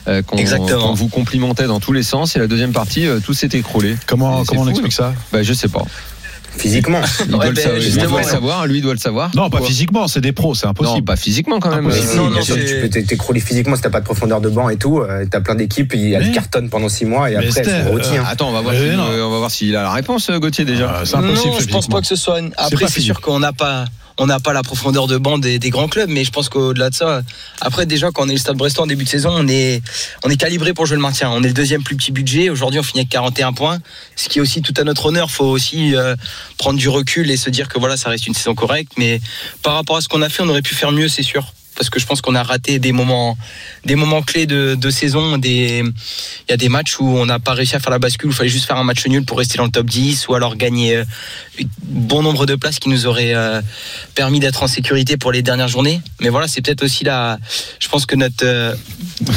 Speaker 5: euh, qu'on
Speaker 8: Exactement.
Speaker 5: qu'on vous complimentait dans tous les sens et la deuxième partie euh, tout s'est écroulé
Speaker 6: Comment,
Speaker 5: C'est
Speaker 6: comment on
Speaker 5: fou,
Speaker 6: explique ça
Speaker 5: bah je sais pas
Speaker 7: Physiquement.
Speaker 5: il
Speaker 8: Ouais,
Speaker 5: doit le
Speaker 8: ben,
Speaker 5: savoir, il
Speaker 8: justement,
Speaker 5: doit le
Speaker 8: ouais.
Speaker 5: savoir lui il doit le savoir
Speaker 6: Non, pas
Speaker 5: Pourquoi
Speaker 6: physiquement, c'est des pros, c'est
Speaker 5: non bah,
Speaker 6: impossible.
Speaker 5: pas physiquement quand même
Speaker 6: Impossible.
Speaker 5: euh,
Speaker 7: Si,
Speaker 8: non,
Speaker 7: bien
Speaker 8: non,
Speaker 7: sûr,
Speaker 8: c'est-
Speaker 7: tu peux t'é- t'écrouler physiquement si t'as pas de profondeur de banc et tout. euh, T'as plein d'équipes, il y a
Speaker 6: Mais-
Speaker 7: le carton pendant six mois et
Speaker 6: Mais
Speaker 7: après, c'est
Speaker 6: Esther,
Speaker 7: routier. hein.
Speaker 5: attends on va voir
Speaker 6: Euh,
Speaker 5: si-
Speaker 6: non.
Speaker 5: euh, on va voir s'il a la réponse euh, Gauthier déjà
Speaker 6: Euh, c'est impossible.
Speaker 8: Non, je pense
Speaker 6: physiquement.
Speaker 8: pas que ce soit. une- Après,
Speaker 6: pas
Speaker 8: c'est sûr
Speaker 6: physique.
Speaker 8: qu'on n'a pas. On n'a pas la profondeur de banc des, des grands clubs, mais je pense qu'au-delà de ça, après déjà quand on est le Stade Brestois en début de saison, on est on est calibré pour jouer le maintien. On est le deuxième plus petit budget. Aujourd'hui, on finit avec 41 points, ce qui est aussi tout à notre honneur. Faut aussi euh, prendre du recul et se dire que voilà, ça reste une saison correcte. Mais par rapport à ce qu'on a fait, on aurait pu faire mieux, c'est sûr. Parce que je pense qu'on a raté des moments, des moments clés de, de saison, des, il y a des matchs où on n'a pas réussi à faire la bascule, où il fallait juste faire un match nul pour rester dans le top 10 ou alors gagner euh, bon nombre de places qui nous auraient euh, permis d'être en sécurité pour les dernières journées. Mais voilà, c'est peut-être aussi là. Je pense que notre, euh,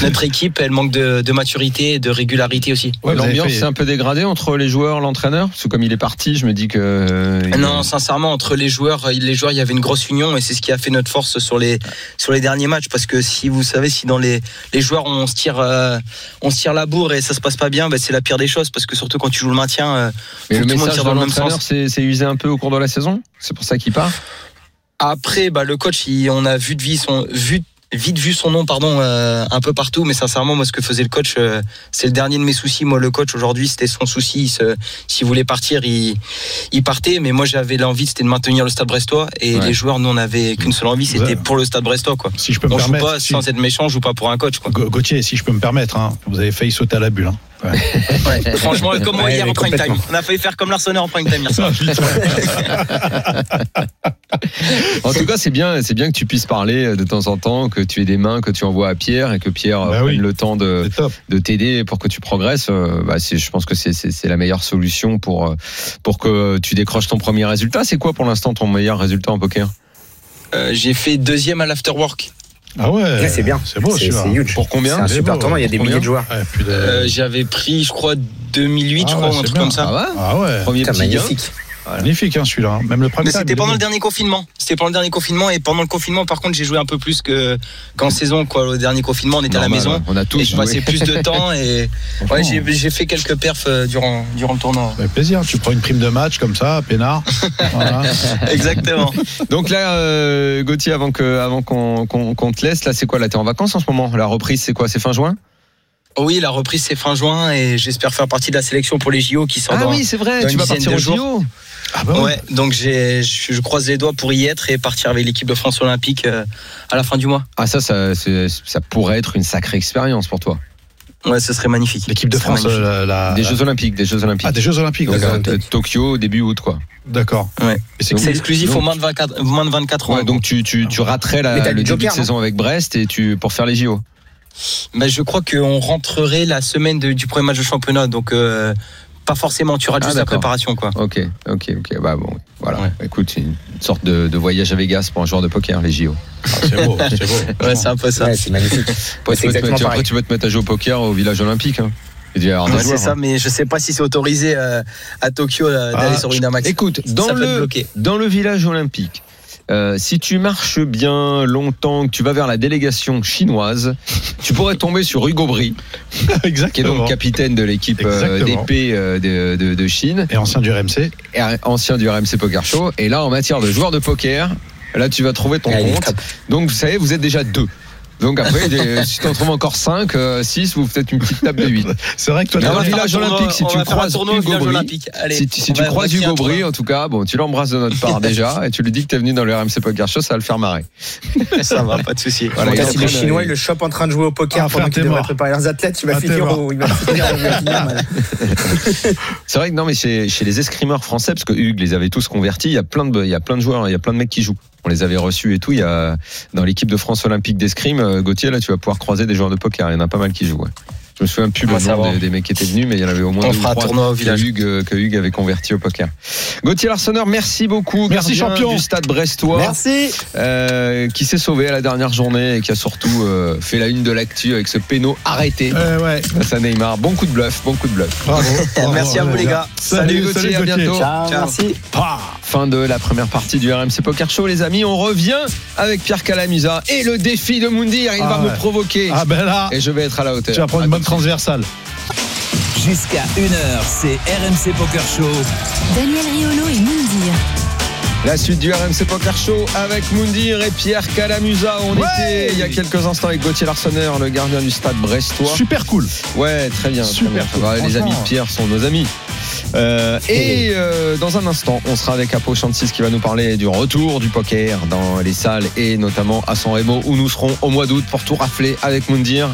Speaker 8: notre équipe, elle manque de, de maturité et de régularité aussi.
Speaker 6: Ouais, vous avez
Speaker 5: L'ambiance
Speaker 6: fait-
Speaker 5: s'est un peu dégradée entre les joueurs, l'entraîneur Parce que comme il est parti, je me dis que. euh, il-
Speaker 8: Non, sincèrement, entre les joueurs, euh, les joueurs, il y avait une grosse union et c'est ce qui a fait notre force sur les sur les derniers matchs. Parce que si vous savez, si dans les les joueurs on se tire euh, on se tire la bourre et ça se passe pas bien, bah, c'est la pire des choses. Parce que surtout quand tu joues le maintien, euh,
Speaker 5: Mais
Speaker 8: faut
Speaker 5: le
Speaker 8: que tout le monde
Speaker 5: message
Speaker 8: tire
Speaker 5: de
Speaker 8: dans le même
Speaker 5: l'entraîneur
Speaker 8: sens.
Speaker 5: s'est s'est usé un peu au cours de la saison C'est pour ça qu'il part
Speaker 8: Après, bah, le coach, il- on a vu de vie son, vu, vite vu son nom pardon, euh, un peu partout, mais sincèrement, moi, ce que faisait le coach, euh, c'est le dernier de mes soucis. Moi, le coach, aujourd'hui, c'était son souci. Il se- S'il voulait partir, il, il partait, mais moi, j'avais l'envie, c'était de maintenir le stade brestois. Et
Speaker 5: Ouais.
Speaker 8: les joueurs, nous, on n'avait qu'une seule envie, c'était
Speaker 6: Ouais.
Speaker 8: pour le stade brestois. Quoi.
Speaker 6: Si je peux me
Speaker 8: On joue
Speaker 6: permettre.
Speaker 8: pas
Speaker 6: si-
Speaker 8: sans être méchant, on joue pas pour un coach. Quoi.
Speaker 6: Ga- Gauthier, si je peux me permettre, hein, vous avez failli sauter à la bulle. hein.
Speaker 8: Franchement, comme moi
Speaker 7: Ouais,
Speaker 8: hier
Speaker 7: mais
Speaker 8: en prime time.
Speaker 7: complètement.
Speaker 8: On a failli faire comme Larsonner en prime time hier soir.
Speaker 5: En tout cas, c'est bien, c'est bien que tu puisses parler euh, de temps en temps, que tu aies des mains, que tu envoies à Pierre et que Pierre euh,
Speaker 6: Bah
Speaker 5: prenne
Speaker 6: oui.
Speaker 5: le temps de,
Speaker 6: C'est top.
Speaker 5: de t'aider pour que tu progresses. euh, bah, c'est- je pense que c'est- c'est c'est la meilleure solution pour, euh, pour que tu décroches ton premier résultat. C'est quoi pour l'instant ton meilleur résultat en poker
Speaker 8: Euh, J'ai fait deuxième à l'afterwork.
Speaker 6: Ah ouais.
Speaker 7: Ouais, c'est bien.
Speaker 6: C'est beau,
Speaker 7: C'est
Speaker 6: celui-là.
Speaker 7: c'est huge.
Speaker 5: Pour
Speaker 7: C'est
Speaker 5: combien
Speaker 7: un
Speaker 6: C'est
Speaker 7: super
Speaker 6: beau,
Speaker 7: tournoi, il y a des
Speaker 5: combien
Speaker 7: milliers de joueurs.
Speaker 6: Ouais, puis de-
Speaker 8: Euh, J'avais pris, je crois, 2008,
Speaker 6: Ah
Speaker 8: je crois,
Speaker 6: ouais,
Speaker 8: ou un
Speaker 6: c'est
Speaker 8: truc
Speaker 6: bien.
Speaker 8: comme ça.
Speaker 5: Ah ouais
Speaker 6: Ah ouais.
Speaker 5: Premier
Speaker 7: Putain,
Speaker 5: petit gain
Speaker 7: magnifique.
Speaker 6: Magnifique, hein, celui-là. hein. Même le premier.
Speaker 8: Mais c'était pendant le dernier confinement. C'était pendant le dernier confinement et pendant le confinement, par contre, j'ai joué un peu plus que qu'en saison. Quoi, le dernier confinement, on était à la
Speaker 5: Normal,
Speaker 8: maison.
Speaker 5: ouais. On a tous
Speaker 8: et je
Speaker 5: joué.
Speaker 8: passais plus de temps et ouais, j'ai,
Speaker 6: Ça
Speaker 8: j'ai fait quelques perfs euh, durant durant le tournoi.
Speaker 6: fait plaisir. Tu prends une prime de match comme ça, peinard. Voilà.
Speaker 8: Exactement.
Speaker 5: Donc là, euh, Gauthier, avant que, avant qu'on, qu'on, qu'on te laisse, là, c'est quoi Là, t'es en vacances en ce moment La reprise, c'est quoi C'est fin juin
Speaker 8: Oui, la reprise c'est fin juin et j'espère faire partie de la sélection pour les JO qui sont dans-
Speaker 5: Ah c'est vrai.
Speaker 8: dans une dizaine de jours.
Speaker 5: JO.
Speaker 6: Ah bah
Speaker 8: Ouais, donc j'ai, je, je croise les doigts pour y être et partir avec l'équipe de France olympique euh, à la fin du mois.
Speaker 5: Ah ça, ça, c'est- ça pourrait être une sacrée expérience pour toi.
Speaker 8: Ouais, ce serait magnifique.
Speaker 6: L'équipe de
Speaker 8: Ce serait
Speaker 6: France,
Speaker 8: magnifique.
Speaker 6: euh, la, la-
Speaker 5: Des Jeux Olympiques, des Jeux Olympiques.
Speaker 6: Ah, des Jeux Olympiques.
Speaker 5: Donc,
Speaker 6: d'accord.
Speaker 5: euh, Tokyo début août quoi.
Speaker 6: D'accord.
Speaker 8: Ouais.
Speaker 6: Et c'est
Speaker 8: c'est exclusif hein,
Speaker 5: donc-
Speaker 8: aux moins de 24 moins de 24 ans.
Speaker 5: Ouais, donc tu, tu, tu raterais la-
Speaker 7: Mais t'as
Speaker 5: le
Speaker 7: du
Speaker 5: début
Speaker 7: joker,
Speaker 5: de
Speaker 7: non
Speaker 5: saison avec Brest et tu pour faire les JO.
Speaker 8: Bah, je crois qu'on rentrerait la semaine de- du premier match de championnat, donc euh, pas forcément, tu auras
Speaker 5: Ah,
Speaker 8: juste la
Speaker 5: d'accord.
Speaker 8: préparation. Quoi.
Speaker 5: Ok, ok, ok. Bah bon, voilà.
Speaker 8: Ouais.
Speaker 5: Écoute, c'est une sorte de, de voyage à Vegas pour un joueur de poker les JO.
Speaker 6: Ah, c'est beau. C'est beau.
Speaker 8: Ouais, c'est un peu ça.
Speaker 7: Ouais, c'est magnifique.
Speaker 5: Après,
Speaker 7: C'est
Speaker 5: tu peux, te
Speaker 7: exactement
Speaker 5: mettre, après,
Speaker 7: pareil.
Speaker 5: tu peux te mettre à jouer au poker au village olympique. Hein. Et tu vas avoir des
Speaker 8: Ouais, Ah, c'est
Speaker 5: joueurs,
Speaker 8: ça,
Speaker 5: hein.
Speaker 8: mais je sais pas si c'est autorisé euh, à Tokyo euh, d'aller
Speaker 6: Ah,
Speaker 8: sur Winamax.
Speaker 5: Écoute, dans
Speaker 8: ça peut être
Speaker 5: le
Speaker 8: bloqué.
Speaker 5: Dans le village olympique, euh, si tu marches bien longtemps, que tu vas vers la délégation chinoise, tu pourrais tomber sur Hugo Bry, qui est donc
Speaker 6: Exactement.
Speaker 5: capitaine de l'équipe euh,
Speaker 6: Exactement.
Speaker 5: d'épée euh, de, de- de Chine,
Speaker 6: Et ancien du RMC.
Speaker 5: et ancien du RMC Poker Show. Et là, en matière de joueur de poker, là, tu vas trouver ton
Speaker 7: Ah, il est
Speaker 5: compte.
Speaker 7: top.
Speaker 5: Donc, vous savez, vous êtes déjà deux. Donc après, des- si t'en trouves encore 5, 6, vous faites une petite table de 8.
Speaker 6: C'est vrai que toi,
Speaker 5: Il y a
Speaker 6: t'as-
Speaker 5: un village
Speaker 8: On va faire
Speaker 5: olympique, si
Speaker 8: on
Speaker 5: tu
Speaker 8: va faire
Speaker 5: croises
Speaker 8: un tournoi au
Speaker 5: Hugo
Speaker 8: village
Speaker 5: Brie,
Speaker 8: olympique. Allez,
Speaker 5: si tu, si
Speaker 8: on
Speaker 5: tu
Speaker 8: va-
Speaker 5: croises
Speaker 8: on va faire
Speaker 5: Hugo
Speaker 8: un tournoi.
Speaker 5: Brie, en tout cas, bon, tu l'embrasses de notre part déjà et tu lui dis que t'es venu dans le RMC Poker Show, ça va le faire marrer.
Speaker 8: Ça va, pas de souci.
Speaker 5: Voilà,
Speaker 7: Donc
Speaker 5: il
Speaker 7: là,
Speaker 5: est en
Speaker 7: si
Speaker 5: train
Speaker 7: les
Speaker 5: de-
Speaker 7: Chinois ils le chopent en train de jouer au poker
Speaker 6: Ah, frère,
Speaker 7: pendant
Speaker 6: t'es
Speaker 7: qu'ils devraient
Speaker 6: mort.
Speaker 7: préparer leurs athlètes, il va
Speaker 6: Ah, t'es
Speaker 7: finir
Speaker 6: mort.
Speaker 7: au- il va finir il va finir
Speaker 5: Ah,
Speaker 7: mal.
Speaker 5: C'est vrai que non, mais chez, chez les escrimeurs français, parce que Hugues les avait tous convertis, il y a plein de, il y a plein de joueurs, hein, il y a plein de mecs qui jouent. On les avait reçus et tout. Il y a dans l'équipe de France olympique d'escrime, euh, Gauthier, là, tu vas pouvoir croiser des joueurs de poker. Il y en a pas mal qui jouent. ouais. Je me souviens plus
Speaker 8: Ah,
Speaker 5: le
Speaker 8: ça
Speaker 5: nom
Speaker 8: va.
Speaker 5: des, des mecs qui étaient venus, mais il y en avait au moins
Speaker 8: On
Speaker 5: deux ou
Speaker 8: fera un
Speaker 5: trois
Speaker 8: tournoi au
Speaker 5: que
Speaker 8: village.
Speaker 5: Hugues, euh, que Hugues avait converti au poker. Gauthier Larsonneur, merci beaucoup.
Speaker 6: Merci,
Speaker 5: gardien
Speaker 6: champion.
Speaker 5: du stade brestois.
Speaker 7: Merci.
Speaker 5: euh, qui s'est sauvé à la dernière journée et qui a surtout euh, fait la une de l'actu avec ce péno arrêté
Speaker 6: Euh, ouais.
Speaker 5: face à Neymar. Bon coup de bluff, bon coup de bluff.
Speaker 6: Bravo.
Speaker 8: Merci à
Speaker 6: Bravo,
Speaker 8: vous, les gars.
Speaker 5: Salut, Gauthier, à bientôt.
Speaker 7: Ciao,
Speaker 8: Ciao.
Speaker 7: merci.
Speaker 5: Fin de la première partie du RMC Poker Show, les amis. On revient avec Pierre Calamusa et le défi de Moundir. Il
Speaker 6: Ah
Speaker 5: va
Speaker 6: ouais.
Speaker 5: me provoquer
Speaker 6: Ah ben là,
Speaker 5: et je vais être à la hauteur.
Speaker 6: tu vas prendre
Speaker 5: À
Speaker 6: une bonne
Speaker 5: tout de suite.
Speaker 6: transversale.
Speaker 4: Jusqu'à 1h, c'est RMC Poker Show.
Speaker 3: Daniel Riolo et Moundir.
Speaker 5: La suite du RMC Poker Show avec Moundir et Pierre Calamusa. On était il y a quelques instants avec Gauthier Larsonneur, le gardien du stade brestois.
Speaker 6: Super cool.
Speaker 5: Ouais, très bien. très
Speaker 6: Super
Speaker 5: bien.
Speaker 6: cool,
Speaker 5: Ouais, les
Speaker 6: franchement.
Speaker 5: amis de Pierre sont nos amis. Euh, et euh, dans un instant, on sera avec Apo Chantis qui va nous parler du retour du poker dans les salles et notamment à San Remo où nous serons au mois d'août pour tout rafler avec Moundir.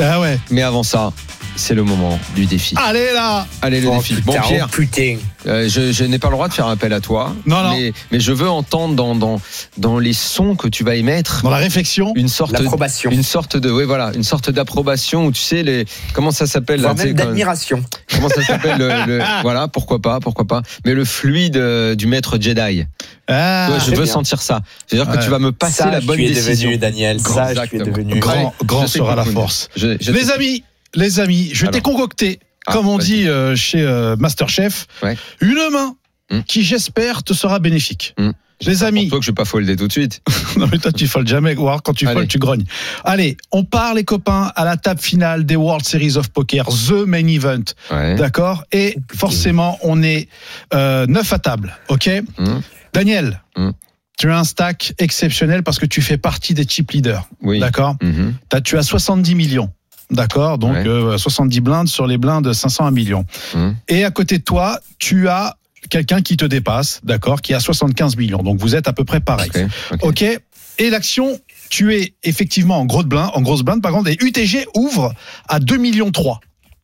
Speaker 6: Ah ouais.
Speaker 5: Mais avant ça, c'est le moment du défi.
Speaker 6: Allez là.
Speaker 5: Allez, le
Speaker 7: Oh,
Speaker 5: défi. Bon,
Speaker 7: putain, oh,
Speaker 5: Pierre,
Speaker 7: putain.
Speaker 5: euh, je, je n'ai pas le droit de faire appel à toi.
Speaker 6: Non, non.
Speaker 5: Mais, mais je veux entendre dans, dans, dans les sons que tu vas émettre
Speaker 6: Dans la réflexion.
Speaker 5: une sorte
Speaker 7: L'approbation.
Speaker 5: une sorte de oui voilà une sorte d'approbation où tu sais les comment ça s'appelle là,
Speaker 7: Voire
Speaker 5: tu sais,
Speaker 7: même
Speaker 5: quand-
Speaker 7: d'admiration.
Speaker 5: comment ça s'appelle le, le- voilà pourquoi pas pourquoi pas mais le fluide euh, du maître Jedi
Speaker 6: Ah,
Speaker 5: Tu vois, je
Speaker 7: c'est
Speaker 5: veux
Speaker 7: bien.
Speaker 5: sentir ça c'est à dire
Speaker 6: Ouais.
Speaker 5: que tu vas me passer la bonne décision
Speaker 7: Daniel.
Speaker 5: Ça, je suis Exactement. devenu.
Speaker 6: grand
Speaker 5: Ouais,
Speaker 6: grand
Speaker 5: je sais
Speaker 6: sera la
Speaker 5: beaucoup.
Speaker 6: force.
Speaker 5: Je- je-
Speaker 6: Les amis, les amis, je t'ai
Speaker 5: Alors.
Speaker 6: concocté,
Speaker 5: Ah,
Speaker 6: comme on
Speaker 5: vas-y.
Speaker 6: dit euh, chez euh, Masterchef,
Speaker 5: Ouais.
Speaker 6: une main
Speaker 5: Hmm.
Speaker 6: qui j'espère te sera bénéfique.
Speaker 5: Hmm.
Speaker 6: Les amis,
Speaker 5: toi que je vais pas folder tout de suite
Speaker 6: non mais toi tu folles jamais, ou alors quand tu
Speaker 5: Allez.
Speaker 6: folles tu grognes. Allez, on part les copains à la table finale des World Series of Poker, the main event.
Speaker 5: ouais.
Speaker 6: D'accord Et forcément, on est euh, neuf à table, ok
Speaker 5: Mhm.
Speaker 6: Daniel,
Speaker 5: Mhm.
Speaker 6: tu as un stack exceptionnel parce que tu fais partie des chip leaders,
Speaker 5: oui
Speaker 6: d'accord
Speaker 5: Mhm.
Speaker 6: T'as- Tu as 70 millions, d'accord Donc
Speaker 5: Ouais.
Speaker 6: euh, 70 blindes sur les blindes, 500 à millions.
Speaker 5: Mhm.
Speaker 6: Et à côté de toi, tu as quelqu'un qui te dépasse, d'accord Qui a 75 millions. Donc vous êtes à peu près pareil.
Speaker 5: Ok, ok.
Speaker 6: Ok. Et l'action, tu es effectivement en grosse blinde, en grosse blinde par contre, et UTG ouvre à 2 millions 3.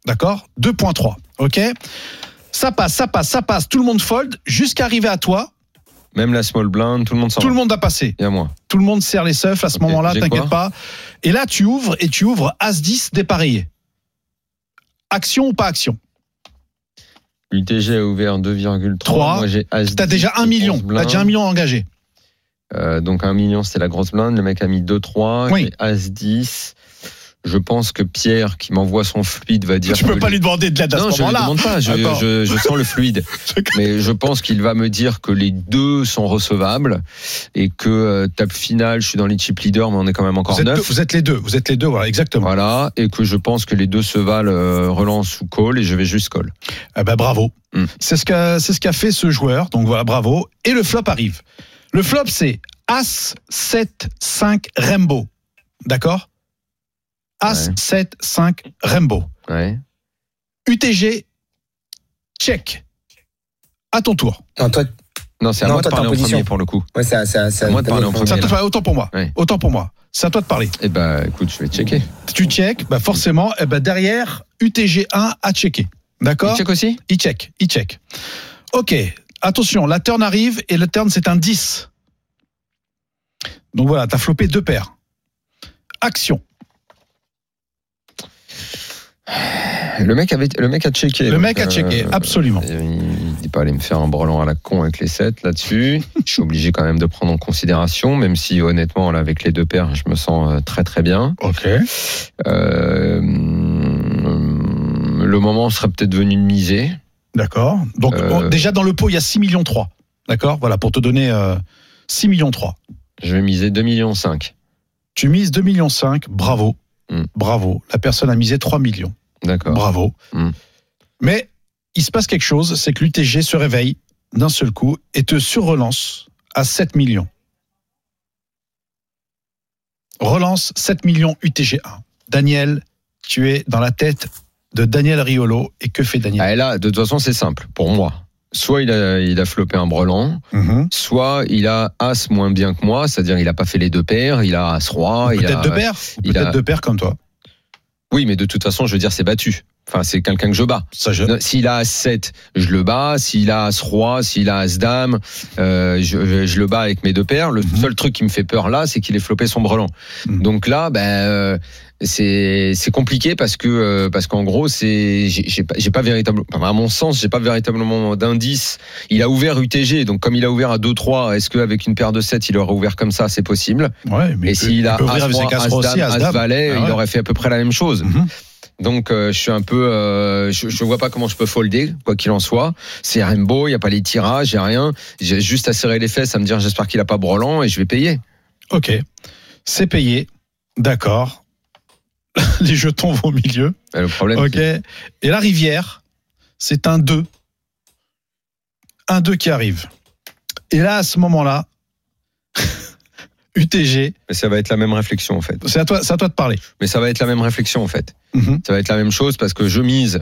Speaker 6: D'accord 2.3. Ok Ça passe, ça passe, ça passe, tout le monde fold jusqu'à arriver à toi.
Speaker 5: même la small blind tout le monde s'en
Speaker 6: Tout
Speaker 5: va.
Speaker 6: le monde a passé.
Speaker 5: et à moi
Speaker 6: Tout le monde serre les seufs à ce
Speaker 5: Ok,
Speaker 6: moment-là,
Speaker 5: j'ai
Speaker 6: t'inquiète
Speaker 5: quoi
Speaker 6: pas. Et là, tu ouvres et tu ouvres As-10 dépareillé. Action ou pas action
Speaker 5: l'UTG a ouvert 2,3
Speaker 6: Trois.
Speaker 5: moi j'ai as
Speaker 6: T'as déjà
Speaker 5: dix,
Speaker 6: un million.
Speaker 5: onze blindes.
Speaker 6: T'as déjà un million engagé.
Speaker 5: Euh, donc un million, c'était la grosse blinde. Le mec a mis 2-3.
Speaker 6: Oui.
Speaker 5: j'ai As 10. Je pense que Pierre, qui m'envoie son fluide, va dire.
Speaker 6: Tu peux
Speaker 5: que
Speaker 6: pas
Speaker 5: les-
Speaker 6: lui demander de l'aide à
Speaker 5: Non,
Speaker 6: ce
Speaker 5: je ne
Speaker 6: moment-là.
Speaker 5: demande pas. Je,
Speaker 6: Attends.
Speaker 5: je- je sens le fluide. Mais je pense qu'il va me dire que les deux sont recevables et que euh, tape finale, je suis dans les chip leaders, mais on est quand même
Speaker 6: Vous
Speaker 5: encore
Speaker 6: êtes, deux,
Speaker 5: neuf.
Speaker 6: vous êtes les deux, vous êtes les deux, voilà, exactement.
Speaker 5: Voilà, et que je pense que les deux se valent euh, relance ou call, et je vais juste call.
Speaker 6: Eh ben bravo.
Speaker 5: Mm.
Speaker 6: C'est ce qu'a c'est ce qu'a fait ce joueur. Donc voilà, bravo. Et le flop arrive. Le flop c'est As 7 5 Rainbow. D'accord As
Speaker 5: Ouais.
Speaker 6: 7 5 Rainbow.
Speaker 5: Ouais.
Speaker 6: UTG check. À ton tour.
Speaker 7: Non, toi,
Speaker 5: Non, c'est à
Speaker 7: Non,
Speaker 5: moi de
Speaker 7: toi, t'es
Speaker 5: parler
Speaker 7: en
Speaker 5: en
Speaker 7: position.
Speaker 5: premier pour le coup.
Speaker 7: ouais, ça, ça, ça.
Speaker 5: Moi de parler en
Speaker 6: C'est à
Speaker 5: premier.
Speaker 6: toi de parler. autant pour moi.
Speaker 5: Ouais.
Speaker 6: Autant pour moi. C'est à toi de parler.
Speaker 5: Eh ben, écoute, je vais checker.
Speaker 6: Tu check, bah forcément, eh ben derrière UTG 1 à checker.
Speaker 5: Tu
Speaker 6: D'accord
Speaker 5: check aussi
Speaker 6: Il check, il check. Ok, attention, la turn arrive et la turn c'est un 10. Donc voilà, t'as flopé deux paires. Action.
Speaker 5: Le mec, avait, le mec a checké.
Speaker 6: Le
Speaker 5: donc,
Speaker 6: mec a
Speaker 5: euh,
Speaker 6: checké, absolument.
Speaker 5: Il n'est pas allé me faire un brelan à la con avec les 7 là-dessus. je suis obligé quand même de prendre en considération, même si honnêtement, là, avec les deux paires, je me sens euh, très très bien.
Speaker 6: Ok.
Speaker 5: Euh, hum, le moment serait peut-être venu de miser.
Speaker 6: D'accord. Donc
Speaker 5: Euh.
Speaker 6: on- déjà dans le pot, il y a 6 millions 3. D'accord Voilà, pour te donner euh, 6 millions 3.
Speaker 5: Je vais miser 2,5 millions.
Speaker 6: Tu mises 2 millions 5, bravo.
Speaker 5: Hmm.
Speaker 6: Bravo. La personne a misé 3 millions.
Speaker 5: D'accord.
Speaker 6: Bravo.
Speaker 5: Hmm.
Speaker 6: Mais il se passe quelque chose, c'est que l'UTG se réveille d'un seul coup et te surrelance à 7 millions. Relance 7 millions UTG1. Daniel, tu es dans la tête de Daniel Riolo. Et que fait Daniel
Speaker 5: Ah, et là, de toute façon, c'est simple pour moi. Soit il a, il a flopé un brelan,
Speaker 6: Mhm.
Speaker 5: soit il a As moins bien que moi, c'est-à-dire il a pas fait les deux paires, il a As roi, Oh, il
Speaker 6: Peut-être
Speaker 5: a-
Speaker 6: deux paires, ou
Speaker 5: il
Speaker 6: peut-être
Speaker 5: a-
Speaker 6: deux paires comme toi.
Speaker 5: Oui, mais de toute façon, je veux dire, c'est battu. Enfin, c'est quelqu'un que je bats.
Speaker 6: Ça, je-
Speaker 5: Non, Euh, S'il a As-7, je le bats. S'il a As-Roi, s'il a As-Dame, euh, je, je- je le bats avec mes deux paires. Le seul truc qui me fait peur là, c'est qu'il ait flopé son brelan.
Speaker 6: Mhm.
Speaker 5: Donc là, ben, euh, c'est c'est compliqué parce que euh, parce qu'en gros, c'est j'ai j'ai pas, j'ai pas véritablement, enfin, à mon sens, j'ai pas véritablement d'indice. Il a ouvert UTG, donc comme il a ouvert à 2-3, est-ce qu'avec une paire de 7, il aurait ouvert comme ça C'est possible. Et
Speaker 6: Ouais, mais il peut- il
Speaker 5: s'il a
Speaker 6: peut ouvrir ses
Speaker 5: As-Roi,
Speaker 6: casseroles aussi,
Speaker 5: As-Dame,
Speaker 6: As-Dame.
Speaker 5: As-Valet,
Speaker 6: Ah
Speaker 5: il
Speaker 6: ouais.
Speaker 5: aurait fait à peu près la même chose.
Speaker 6: Mhm.
Speaker 5: Donc euh, je suis un peu, euh, je, je vois pas comment je peux folder, quoi qu'il en soit. C'est Rainbow, il y a pas les tirages, il y a rien. J'ai juste à serrer les fesses, à me dire j'espère qu'il a pas Brolan et je vais payer.
Speaker 6: Ok, c'est payé. D'accord. Les jetons vont au milieu.
Speaker 5: Mais Euh, le problème,
Speaker 6: Ok.
Speaker 5: c'est-
Speaker 6: Et la rivière, c'est un 2. Un 2 qui arrive. Et là, à ce moment-là, UTG,
Speaker 5: mais ça va être la même réflexion en fait.
Speaker 6: c'est à toi, c'est à toi de parler.
Speaker 5: Mais ça va être la même réflexion en fait.
Speaker 6: Mhm.
Speaker 5: Ça va être la même chose parce que je mise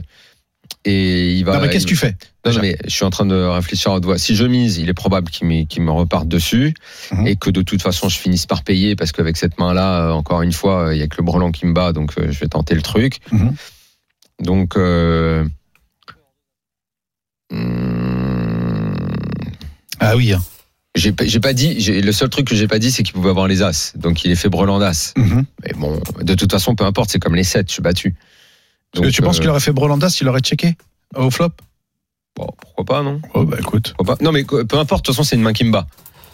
Speaker 5: et il va.
Speaker 6: non, mais
Speaker 5: Bah, il-
Speaker 6: qu'est-ce que tu fais
Speaker 5: Non, non,
Speaker 6: Déjà.
Speaker 5: mais je suis en train de réfléchir à haute voix. Si je mise, il est probable qu'il me, qu'il me reparte dessus
Speaker 6: Mhm.
Speaker 5: et que de toute façon je finisse par payer parce qu'avec cette main-là, euh, encore une fois, euh, il y a que le brelan qui me bat, donc euh, je vais tenter le truc.
Speaker 6: Mhm.
Speaker 5: Donc, euh, hum,
Speaker 6: Ah oui. hein.
Speaker 5: j'ai pas, j'ai pas dit. j'ai- Le seul truc que j'ai pas dit, c'est qu'il pouvait avoir les as, donc il est fait brelan d'as.
Speaker 6: Mhm.
Speaker 5: Mais bon, de toute façon, peu importe, c'est comme les 7 je suis battu.
Speaker 6: Parce que tu
Speaker 5: euh,
Speaker 6: penses qu'il aurait fait Brolanda s'il aurait checké au flop
Speaker 5: bon, pourquoi pas, non
Speaker 6: Oh, bah écoute.
Speaker 5: Pourquoi pas Non, mais que- peu importe, de toute façon, c'est une main qui me bat.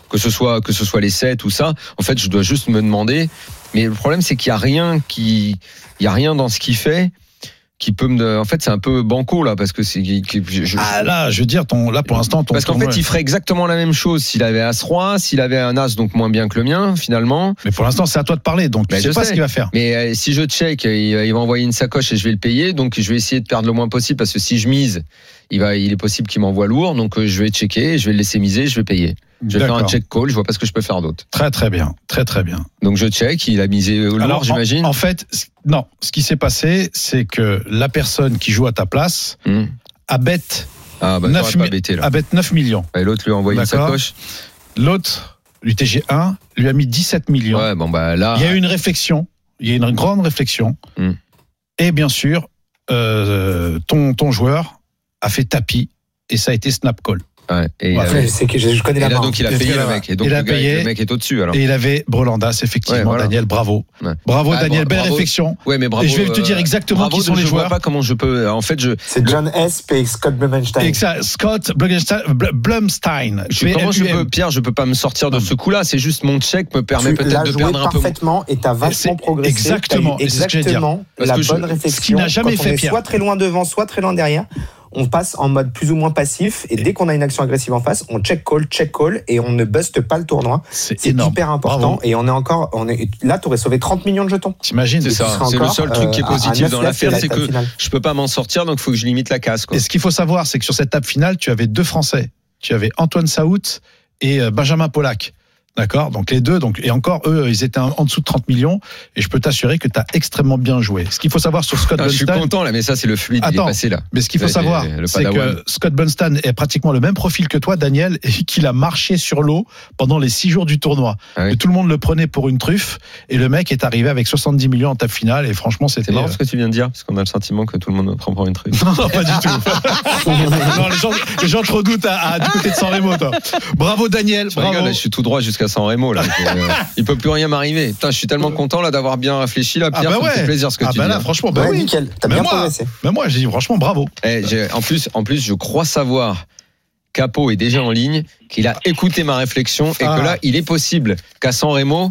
Speaker 5: Que ce soit, que ce soit les 7 ou ça, en fait, je dois juste me demander. Mais le problème, c'est qu'il n'y a rien qui, il y a rien dans ce qu'il fait qui peut me. En fait, c'est un peu banco là, parce que c'est. qui- je- je-
Speaker 6: Ah là, je veux dire, ton, là pour l'instant, ton.
Speaker 5: parce qu'en
Speaker 6: tournoi-
Speaker 5: fait, il ferait exactement la même chose s'il avait As roi, s'il avait un As donc moins bien que le mien finalement.
Speaker 6: Mais pour l'instant, c'est à toi de parler, donc tu
Speaker 5: Mais
Speaker 6: sais
Speaker 5: Bah, je
Speaker 6: pas
Speaker 5: sais.
Speaker 6: ce qu'il va faire.
Speaker 5: Mais euh, si je check, euh, il, va- il va envoyer une sacoche et je vais le payer. Donc je vais essayer de perdre le moins possible parce que si je mise, il, va, il est possible qu'il m'envoie lourd. Donc euh, je vais checker, je vais le laisser miser, je vais payer. Je vais faire un
Speaker 6: D'accord.
Speaker 5: check call, je vois pas ce que je peux faire d'autre.
Speaker 6: Très très bien, très très bien.
Speaker 5: Donc je check, il a misé au lourd,
Speaker 6: en-
Speaker 5: j'imagine.
Speaker 6: En, fait, c- non. Ce qui s'est passé, c'est que la personne qui joue à ta place
Speaker 5: Hmm.
Speaker 6: a bête,
Speaker 5: Ah bah
Speaker 6: neuf
Speaker 5: j'aurais pas
Speaker 6: mi-
Speaker 5: bêté là.
Speaker 6: a bête 9 millions.
Speaker 5: Et l'autre lui a envoyé une
Speaker 6: D'accord.
Speaker 5: sacoche.
Speaker 6: L'autre, l'UTG1, lui a mis 17 millions.
Speaker 5: Ouais, bon bah là.
Speaker 6: Il y a eu une réflexion, il y a eu une grande réflexion.
Speaker 5: Hmm.
Speaker 6: Et bien sûr, euh, ton, ton joueur a fait tapis et ça a été snap call.
Speaker 5: ouais, et il
Speaker 6: Ouais,
Speaker 5: a-
Speaker 7: Après, je sais que je je connais
Speaker 5: et
Speaker 7: la
Speaker 5: là,
Speaker 7: main.
Speaker 5: donc il a
Speaker 6: Parce
Speaker 5: payé
Speaker 6: que
Speaker 5: le
Speaker 6: là,
Speaker 5: mec. Et donc
Speaker 6: il a
Speaker 5: le, gars-
Speaker 6: payé.
Speaker 5: le mec est au-dessus alors.
Speaker 6: Et il avait Brolandas, effectivement,
Speaker 5: Ouais, voilà.
Speaker 6: Daniel, bravo.
Speaker 5: Ouais.
Speaker 6: Bravo,
Speaker 5: Ah,
Speaker 6: Daniel,
Speaker 5: bra-
Speaker 6: belle
Speaker 5: bravo.
Speaker 6: réflexion.
Speaker 5: Ouais, mais bravo,
Speaker 6: et je vais te dire
Speaker 5: euh,
Speaker 6: exactement
Speaker 5: bravo
Speaker 6: qui
Speaker 5: de-
Speaker 6: sont les
Speaker 5: je vois
Speaker 6: joueurs.
Speaker 5: pas comment je peux. euh, En fait, je,
Speaker 7: C'est John Hesp et Scott Blumenstein.
Speaker 6: Et que ça, Scott Blumstein- Bl- Blumstein.
Speaker 5: Je, comment je
Speaker 6: PLUM.
Speaker 5: peux, Pierre, je peux pas me sortir de
Speaker 6: Non.
Speaker 5: ce coup-là. C'est juste mon check me permet
Speaker 7: tu l'as
Speaker 5: peut-être de
Speaker 7: joué
Speaker 5: perdre un peu.
Speaker 7: parfaitement et t'as
Speaker 6: C'est
Speaker 7: vachement progressé.
Speaker 6: exactement,
Speaker 7: T'as eu
Speaker 6: et c'est ce que j'allais dire.
Speaker 7: exactement
Speaker 5: Parce
Speaker 7: la
Speaker 5: que
Speaker 7: bonne
Speaker 5: je- ce qu'il
Speaker 7: réflexion.
Speaker 6: n'a jamais
Speaker 7: Quand
Speaker 6: fait
Speaker 7: on est
Speaker 6: Pierre.
Speaker 7: soit très loin devant, soit très loin derrière, on passe en mode plus ou moins passif et dès qu'on a une action agressive en face, on check call, check call et on ne buste pas le tournoi.
Speaker 6: C'est
Speaker 7: C'est
Speaker 6: énorme.
Speaker 7: hyper important
Speaker 6: Bravo.
Speaker 7: et on est encore, on est là, t'aurais sauvé 30 millions de jetons.
Speaker 6: T'imagines
Speaker 5: C'est
Speaker 7: Et
Speaker 6: Et
Speaker 7: tu
Speaker 5: ça,
Speaker 7: seras
Speaker 5: c'est le
Speaker 7: encore, euh,
Speaker 5: seul truc qui est
Speaker 7: à- à
Speaker 5: positif dans
Speaker 7: 9-9,
Speaker 5: l'affaire,
Speaker 7: la
Speaker 5: c'est
Speaker 7: table
Speaker 5: que-
Speaker 7: finale.
Speaker 5: Je peux pas m'en sortir, donc faut que je limite la casse. Quoi.
Speaker 6: ce qu'il faut savoir, c'est que sur cette table finale, tu avais deux Français. Tu avais Antoine Saout et euh, Benjamin Pollack. D'accord Donc les deux, donc, et encore eux, ils étaient en en dessous de 30 millions. Et je peux t'assurer que tu as extrêmement bien joué. Ce qu'il faut savoir sur Scott
Speaker 5: Ah, je suis
Speaker 6: Blumstein,
Speaker 5: content là, mais ça c'est le fluide qui est
Speaker 6: Attends.
Speaker 5: passé là.
Speaker 6: mais ce qu'il faut
Speaker 5: Ouais,
Speaker 6: savoir,
Speaker 5: j'ai- le
Speaker 6: c'est
Speaker 5: Padawan.
Speaker 6: que Scott Bunstan est pratiquement le même profil que toi, Daniel, et qu'il a marché sur l'eau pendant les six jours du tournoi.
Speaker 5: Ah oui.
Speaker 6: Et tout le monde le prenait pour une truffe, et le mec est arrivé avec 70 millions en table finale, et euh, franchement, c'était...
Speaker 5: C'est marrant ce que tu viens de dire, parce qu'on a le sentiment que tout le monde prend pour une truc.
Speaker 6: euh, Non, pas du tout. Non, les, gens, les gens te redoutent à, à- du côté de San Remo, toi. Bravo, Daniel.
Speaker 5: Je
Speaker 6: bravo.
Speaker 5: rigole, là, je suis tout droit jusqu'à San Remo là. Euh, Il peut plus rien m'arriver. Putain, je suis tellement content là d'avoir bien réfléchi là,
Speaker 6: Ah
Speaker 5: Pierre.
Speaker 6: bah
Speaker 5: ça me
Speaker 6: ouais.
Speaker 5: fait plaisir ce que
Speaker 6: ah
Speaker 5: tu
Speaker 6: bah
Speaker 5: dis.
Speaker 6: là,
Speaker 5: là.
Speaker 6: franchement, bah
Speaker 7: Ouais,
Speaker 6: oui.
Speaker 7: nickel. T'as
Speaker 6: Mais
Speaker 7: bien
Speaker 6: moi-
Speaker 7: progressé.
Speaker 6: Mais moi, j'ai dit franchement, bravo.
Speaker 5: Eh, j'ai- en plus, en plus, je crois savoir. Capo est déjà en ligne, qu'il a écouté ma réflexion et
Speaker 6: Ah.
Speaker 5: que là, il est possible qu'à San Remo,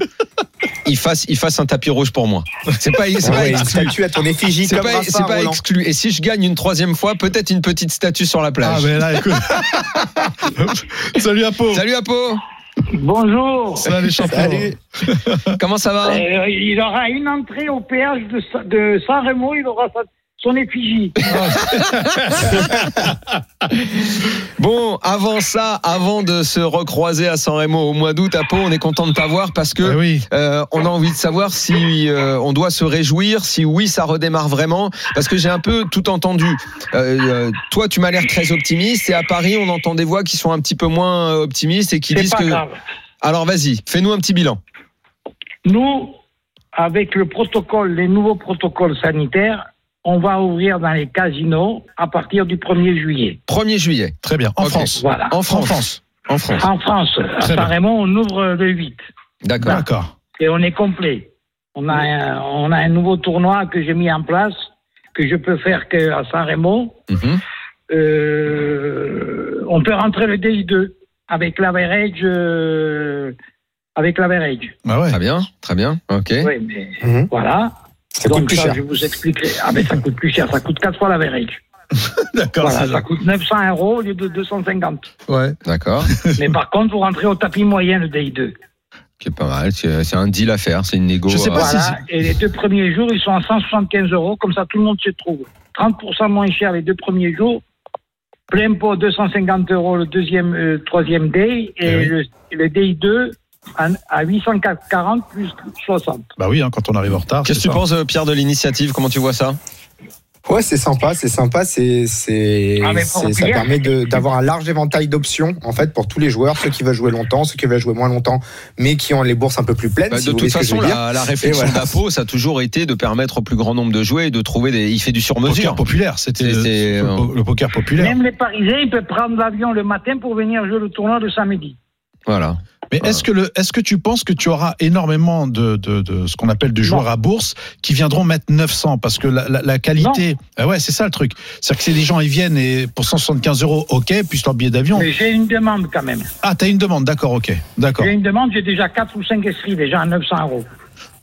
Speaker 5: il fasse, il fasse un tapis rouge pour moi. C'est pas, c'est pas
Speaker 7: Ah Ouais, une
Speaker 5: exclu.
Speaker 7: statue à ton effigie
Speaker 5: C'est
Speaker 7: comme
Speaker 5: pas,
Speaker 7: Rafa
Speaker 5: c'est pas
Speaker 7: Roland.
Speaker 5: exclu. Et si je gagne une troisième fois, peut-être une petite statue sur la
Speaker 6: Ah,
Speaker 5: plage.
Speaker 6: mais là, écoute. Salut, Apo.
Speaker 5: Salut Apo,
Speaker 9: Bonjour.
Speaker 6: Salut, les champions.
Speaker 7: Salut.
Speaker 6: Ah.
Speaker 5: comment ça va
Speaker 9: Euh, il aura une entrée au péage de, Sa- de San Remo, il aura sa, son effigie.
Speaker 5: Bon, avant ça, avant de se recroiser à San Remo au mois d'août à Pau, on est content de t'avoir parce que
Speaker 6: Eh oui.
Speaker 5: Euh, on a envie de savoir si euh, on doit se réjouir, si oui, ça redémarre vraiment, parce que j'ai un peu tout entendu. Euh, euh, toi, tu m'as l'air très optimiste, et à Paris, on entend des voix qui sont un petit peu moins euh, optimistes et qui
Speaker 9: C'est
Speaker 5: disent
Speaker 9: pas
Speaker 5: que.
Speaker 9: grave.
Speaker 5: Alors, vas-y, fais-nous un petit bilan.
Speaker 9: Nous, avec le protocole, les nouveaux protocoles sanitaires, on va ouvrir dans les casinos à partir du 1er juillet.
Speaker 5: 1er juillet,
Speaker 6: Très bien. En
Speaker 5: Ok.
Speaker 6: France.
Speaker 9: Voilà.
Speaker 5: en France.
Speaker 6: En France.
Speaker 5: En France.
Speaker 9: En France,
Speaker 6: Très bien.
Speaker 9: apparemment, on ouvre le 8
Speaker 5: D'accord.
Speaker 6: D'accord.
Speaker 9: et on est complet. On a un, on a un nouveau tournoi que j'ai mis en place, que je peux faire qu'à San Remo.
Speaker 5: Mhm.
Speaker 9: Euh, on peut rentrer le DI2 avec l'average. euh, avec l'average.
Speaker 6: Bah ouais.
Speaker 5: Très bien, très bien. Ok.
Speaker 9: Oui, mais
Speaker 7: Mhm.
Speaker 9: voilà.
Speaker 7: Ça
Speaker 9: Donc
Speaker 7: coûte plus
Speaker 9: ça,
Speaker 7: cher.
Speaker 9: je vous expliquerai. Ah ben ça coûte plus cher, ça coûte 4 fois l'average.
Speaker 6: D'accord.
Speaker 9: Voilà,
Speaker 6: c'est
Speaker 9: ça
Speaker 6: ça.
Speaker 9: coûte 900 euros au lieu de 250.
Speaker 5: Ouais. D'accord.
Speaker 9: Mais par contre, vous rentrez au tapis moyen le DI2.
Speaker 5: C'est pas mal. C'est c'est un deal à faire. C'est une négo.
Speaker 6: Je sais pas
Speaker 5: euh,
Speaker 6: Ah, si-
Speaker 9: Voilà, et les deux premiers jours, ils sont à 175 euros, comme ça tout le monde se trouve. 30% moins cher les deux premiers jours, plein pot 250 euros le deuxième, euh, troisième day, et,
Speaker 6: Eh oui.
Speaker 9: le, le DI2 à, à 840 plus 60.
Speaker 6: Bah oui, hein, quand on arrive en retard.
Speaker 5: Qu'est-ce
Speaker 6: c'est
Speaker 5: que tu
Speaker 6: ça.
Speaker 5: penses, euh, Pierre, de l'initiative Comment tu vois ça
Speaker 7: Ouais, c'est sympa, c'est sympa, c'est c'est
Speaker 9: Ah, mais pour
Speaker 7: c'est- ça
Speaker 9: Pierre.
Speaker 7: permet de- d'avoir un large éventail d'options en fait pour tous les joueurs, ceux qui veulent jouer longtemps, ceux qui veulent jouer moins longtemps, mais qui ont les bourses un peu plus pleines.
Speaker 5: Bah,
Speaker 7: si
Speaker 5: de
Speaker 7: vous
Speaker 5: toute
Speaker 7: voyez ce que je
Speaker 5: façon,
Speaker 7: veux dire.
Speaker 5: la, la réflexion
Speaker 7: Et voilà.
Speaker 5: d'Apo, ça a toujours été de permettre au plus grand nombre de jouer et de trouver des. Il fait du
Speaker 6: Le
Speaker 5: sur-mesure.
Speaker 6: poker populaire, c'était
Speaker 5: C'est- c'est-
Speaker 6: le, le po- le poker populaire.
Speaker 9: Même les Parisiens, ils peuvent prendre l'avion le matin pour venir jouer le tournoi de samedi.
Speaker 5: Voilà.
Speaker 6: Mais est-ce que, le- est-ce que tu penses que tu auras énormément de, de- de ce qu'on appelle de joueurs à bourse qui viendront mettre 900 Parce que la, la- la qualité. Ah ouais, c'est ça le truc. C'est-à-dire que c'est des gens, ils viennent et pour 175 euros, ok, puis leur billet d'avion.
Speaker 9: Mais j'ai une demande quand même.
Speaker 6: Ah, t'as une demande, d'accord, ok. D'accord,
Speaker 9: J'ai une demande, j'ai déjà 4 ou 5 inscrits déjà à 900 euros.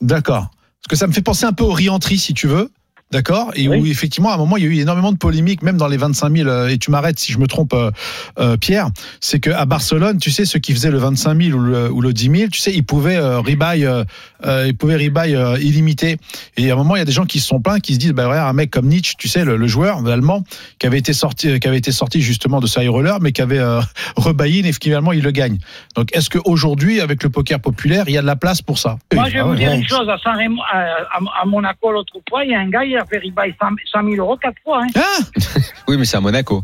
Speaker 6: d'accord. Parce que ça me fait penser un peu au Rientry, si tu veux. D'accord Et
Speaker 9: Oui.
Speaker 6: où, effectivement, à un moment, il y a eu énormément de polémiques, même dans les 25 000, euh, et tu m'arrêtes si je me trompe, euh, euh, Pierre, c'est qu'à Barcelone, tu sais, ceux qui faisaient le 25 000 ou le, ou le 10 000, tu sais, ils pouvaient euh, rebuy, euh, euh, ils pouvaient rebuy euh, illimité. Et à un moment, il y a des gens qui se sont plaints, qui se disent, bah, regarde, un mec comme Nietzsche, tu sais, le, le joueur allemand, qui avait été sorti, euh, qui avait été sorti justement de ce high roller, mais qui avait euh, rebuy in et finalement, il le gagne. Donc, est-ce qu'aujourd'hui, avec le poker populaire, il y a de la place pour ça
Speaker 9: Moi, je vais
Speaker 6: Ah
Speaker 9: vous
Speaker 6: ouais.
Speaker 9: dire une chose. À, San Remo- à, à- à Monaco, l'autre fois, il y a un gars, il a fait ribaille 100 100 000 euros 4 fois. hein.
Speaker 6: Hein
Speaker 5: Oui, mais c'est à Monaco.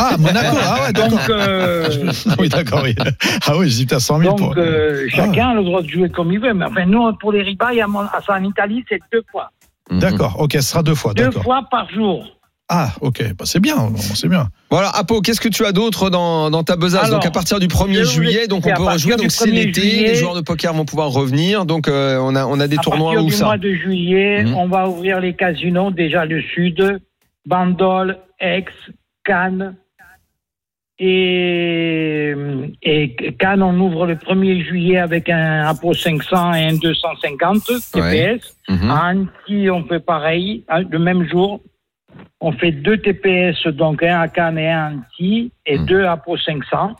Speaker 6: Ah, Monaco, ah ouais, d'accord.
Speaker 9: Donc, euh,
Speaker 6: oui, d'accord, oui. Ah oui, je dis, t'as 100 000
Speaker 9: donc
Speaker 6: pour- Ah.
Speaker 9: euh, chacun a le droit de jouer comme il veut. Mais enfin, nous, pour les ribailles, à, Mon- à- en Italie, c'est deux fois.
Speaker 5: Mhm.
Speaker 6: D'accord, ok, ce sera deux fois,
Speaker 9: Deux
Speaker 6: Ah, d'accord.
Speaker 9: fois par jour.
Speaker 6: Ah, ok, bah, c'est bien, bon, c'est bien.
Speaker 5: Voilà, Apo, qu'est-ce que tu as d'autre dans, dans ta besace
Speaker 9: Alors,
Speaker 5: Donc à partir du
Speaker 9: je
Speaker 5: 1er
Speaker 9: vais vous
Speaker 5: juillet, donc on
Speaker 9: expliquer,
Speaker 5: peut
Speaker 9: à
Speaker 5: rejouer,
Speaker 9: partir
Speaker 5: donc
Speaker 9: du
Speaker 5: c'est
Speaker 9: 1er
Speaker 5: l'été,
Speaker 9: juillet-
Speaker 5: les joueurs de poker vont pouvoir revenir, donc euh, on, a, on a des
Speaker 9: à
Speaker 5: tournois
Speaker 9: partir
Speaker 5: où
Speaker 9: du
Speaker 5: ça
Speaker 9: mois de juillet,
Speaker 6: Mmh.
Speaker 5: Mhm.
Speaker 9: on va ouvrir les casinos, déjà le Sud, Bandol, Aix, Cannes. Et, et Cannes, on ouvre le 1er juillet avec un Apo 500 et un 250 TPS.
Speaker 5: Mhm.
Speaker 9: À Annecy, on fait pareil, hein, le même jour. On fait deux TPS, donc un à Cannes et un à Annecy, et
Speaker 5: Mhm.
Speaker 9: deux à Pau 500.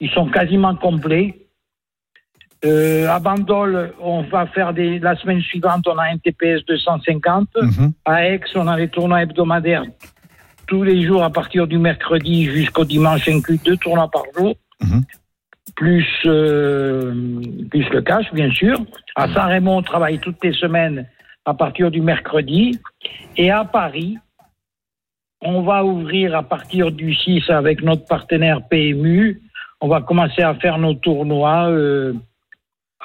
Speaker 9: Ils sont quasiment complets. Euh, à Bandol, on va faire des, la semaine suivante, on a un TPS 250.
Speaker 6: Mhm.
Speaker 9: À Aix, on a les tournois hebdomadaires tous les jours à partir du mercredi jusqu'au dimanche inclus, deux tournois par jour,
Speaker 6: Mhm.
Speaker 9: plus, euh, plus le cash, bien sûr. À Saint-Raymond, on travaille toutes les semaines à partir du mercredi. Et à Paris, on va ouvrir à partir du 6 avec notre partenaire PMU. On va commencer à faire nos tournois euh,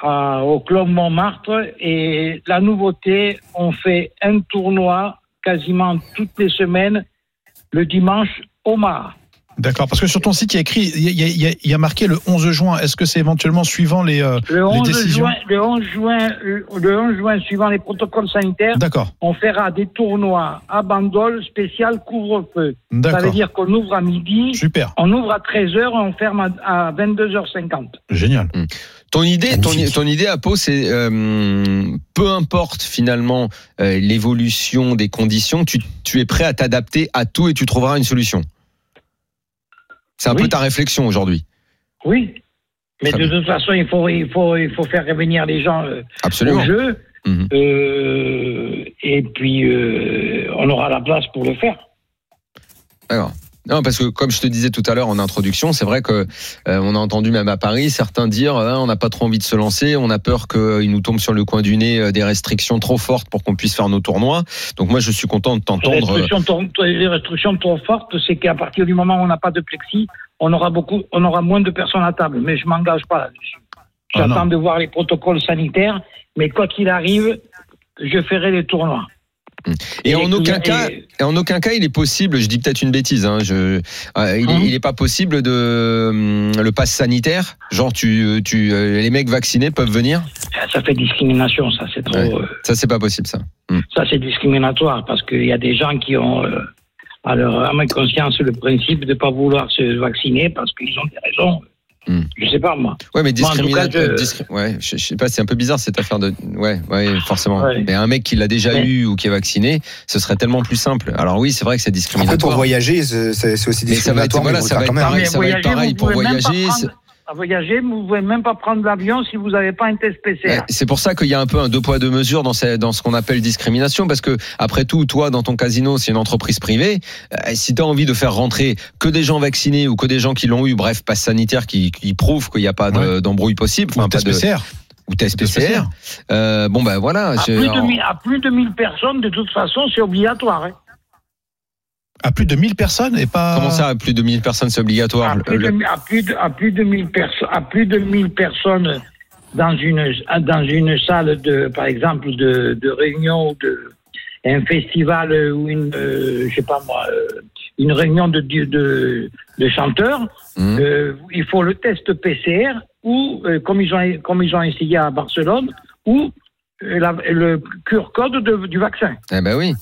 Speaker 9: à- euh, au Club Montmartre. Et la nouveauté, on fait un tournoi quasiment toutes les semaines le dimanche au Mar.
Speaker 6: D'accord, parce que sur ton site, il y a écrit, il y a, il y a- il y a- il y a marqué le 11 juin. Est-ce que c'est éventuellement suivant les. euh,
Speaker 9: Le 11,
Speaker 6: décisions.
Speaker 9: juin, le, 11 juin, euh, le 11 juin, suivant les protocoles sanitaires,
Speaker 6: D'accord,
Speaker 9: on fera des tournois à bandole spécial couvre-feu. Ça veut
Speaker 6: d'accord.
Speaker 9: dire qu'on ouvre à midi,
Speaker 6: Super,
Speaker 9: on ouvre à 13h et on ferme à, à 22h50.
Speaker 6: génial.
Speaker 5: Ton idée, ton,
Speaker 7: Magnifique.
Speaker 5: ton idée à Pau, c'est euh, peu importe finalement euh, l'évolution des conditions, tu, tu es prêt à t'adapter à tout et tu trouveras une solution. C'est un
Speaker 9: Oui.
Speaker 5: peu ta réflexion aujourd'hui.
Speaker 9: Oui. Mais
Speaker 5: Très
Speaker 9: de
Speaker 5: bien.
Speaker 9: toute façon, il faut, il faut, il faut faire revenir les gens euh, au
Speaker 5: Mhm. Absolument.
Speaker 9: jeu.
Speaker 5: Mhm.
Speaker 9: Euh, et puis, euh, on aura la place pour le faire.
Speaker 5: D'accord. Non, parce que comme je te disais tout à l'heure en introduction, c'est vrai que euh, on a entendu même à Paris certains dire euh, on n'a pas trop envie de se lancer, on a peur qu'il nous tombe sur le coin du nez euh, des restrictions trop fortes pour qu'on puisse faire nos tournois. Donc moi je suis content de
Speaker 9: Les
Speaker 5: t'entendre.
Speaker 9: restrictions, trop- les restrictions trop fortes, c'est qu'à partir du moment où on n'a pas de plexi, on aura, beaucoup, on aura moins de personnes à table. Mais je m'engage pas là-dessus.
Speaker 6: Ah non.
Speaker 9: J'attends de voir les protocoles sanitaires, mais quoi qu'il arrive, je ferai les tournois.
Speaker 5: Et,
Speaker 9: Et
Speaker 5: en
Speaker 9: les
Speaker 5: aucun
Speaker 9: clients-
Speaker 5: cas,
Speaker 9: et-
Speaker 5: et en aucun cas, il est possible. Je dis peut-être une bêtise. Hein, je, euh, il,
Speaker 9: Hein
Speaker 5: n'est pas possible de hum, le pass sanitaire. Genre, tu, tu, euh, les mecs vaccinés peuvent venir.
Speaker 9: Ça fait discrimination, ça, c'est trop.
Speaker 5: Ouais.
Speaker 9: euh,
Speaker 5: Ça, c'est pas possible, ça.
Speaker 9: Ça, c'est discriminatoire parce qu'il y a des gens qui ont, euh, à, leur, à ma conscience, le principe de ne pas vouloir se vacciner parce qu'ils ont des raisons.
Speaker 5: Hmm.
Speaker 9: Je sais pas, moi.
Speaker 5: Ouais, mais
Speaker 9: Moi, en tout
Speaker 5: discrimina-
Speaker 9: cas, je-
Speaker 5: euh, discri- Ouais, je, je sais pas. C'est un peu bizarre cette affaire de. Ouais, ouais, forcément.
Speaker 9: Ouais.
Speaker 5: Mais un mec qui l'a déjà
Speaker 9: Mais-
Speaker 5: eu ou qui est vacciné, ce serait tellement plus simple. Alors oui, c'est vrai que c'est
Speaker 7: En fait, pour
Speaker 5: discriminatoire.
Speaker 7: voyager, c'est c'est aussi
Speaker 5: Mais ça va être-
Speaker 7: discriminatoire, mais
Speaker 5: voilà,
Speaker 7: il faut
Speaker 5: ça
Speaker 7: le
Speaker 5: va
Speaker 7: faire
Speaker 5: être
Speaker 7: quand même.
Speaker 5: pareil, ça va être pareil
Speaker 9: vous
Speaker 5: pour
Speaker 9: pouvez même pas
Speaker 5: voyager.
Speaker 9: prendre-
Speaker 5: c'est-
Speaker 9: à voyager, vous ne pouvez même pas prendre l'avion si vous n'avez pas un test PCR.
Speaker 5: Ouais, C'est pour ça qu'il y a un peu un deux poids deux mesures dans ce, dans ce qu'on appelle discrimination, parce que après tout, toi, dans ton casino, c'est une entreprise privée. euh, si tu as envie de faire rentrer que des gens vaccinés ou que des gens qui l'ont eu, bref, passe sanitaire qui, qui prouve qu'il n'y a pas de- d'embrouille possible,
Speaker 6: Ou
Speaker 5: enfin, pas
Speaker 6: test
Speaker 5: de-
Speaker 6: PCR.
Speaker 5: ou test
Speaker 6: Test
Speaker 5: PCR, euh, bon ben voilà.
Speaker 9: à,
Speaker 5: c'est-
Speaker 9: Ah, plus de 1000 à plus de 1000 personnes, de toute façon, c'est obligatoire. hein.
Speaker 6: À plus de 1000 personnes et pas.
Speaker 5: Comment ça, à plus de 1000 personnes, c'est obligatoire
Speaker 9: À Ah, plus,
Speaker 5: le- le-
Speaker 9: de, à, plus de, à plus de 1000 perso- à plus de 1000 personnes dans une, dans une salle, de, par exemple, de, de réunion ou de un festival euh, ou une, euh, je sais pas moi, euh, une réunion de, de, de, de chanteurs,
Speaker 5: Mhm.
Speaker 9: euh, il faut le test PCR ou, euh, comme, ils ont, comme ils ont essayé à Barcelone, ou euh, la- le QR code de- du vaccin.
Speaker 5: Eh ben oui.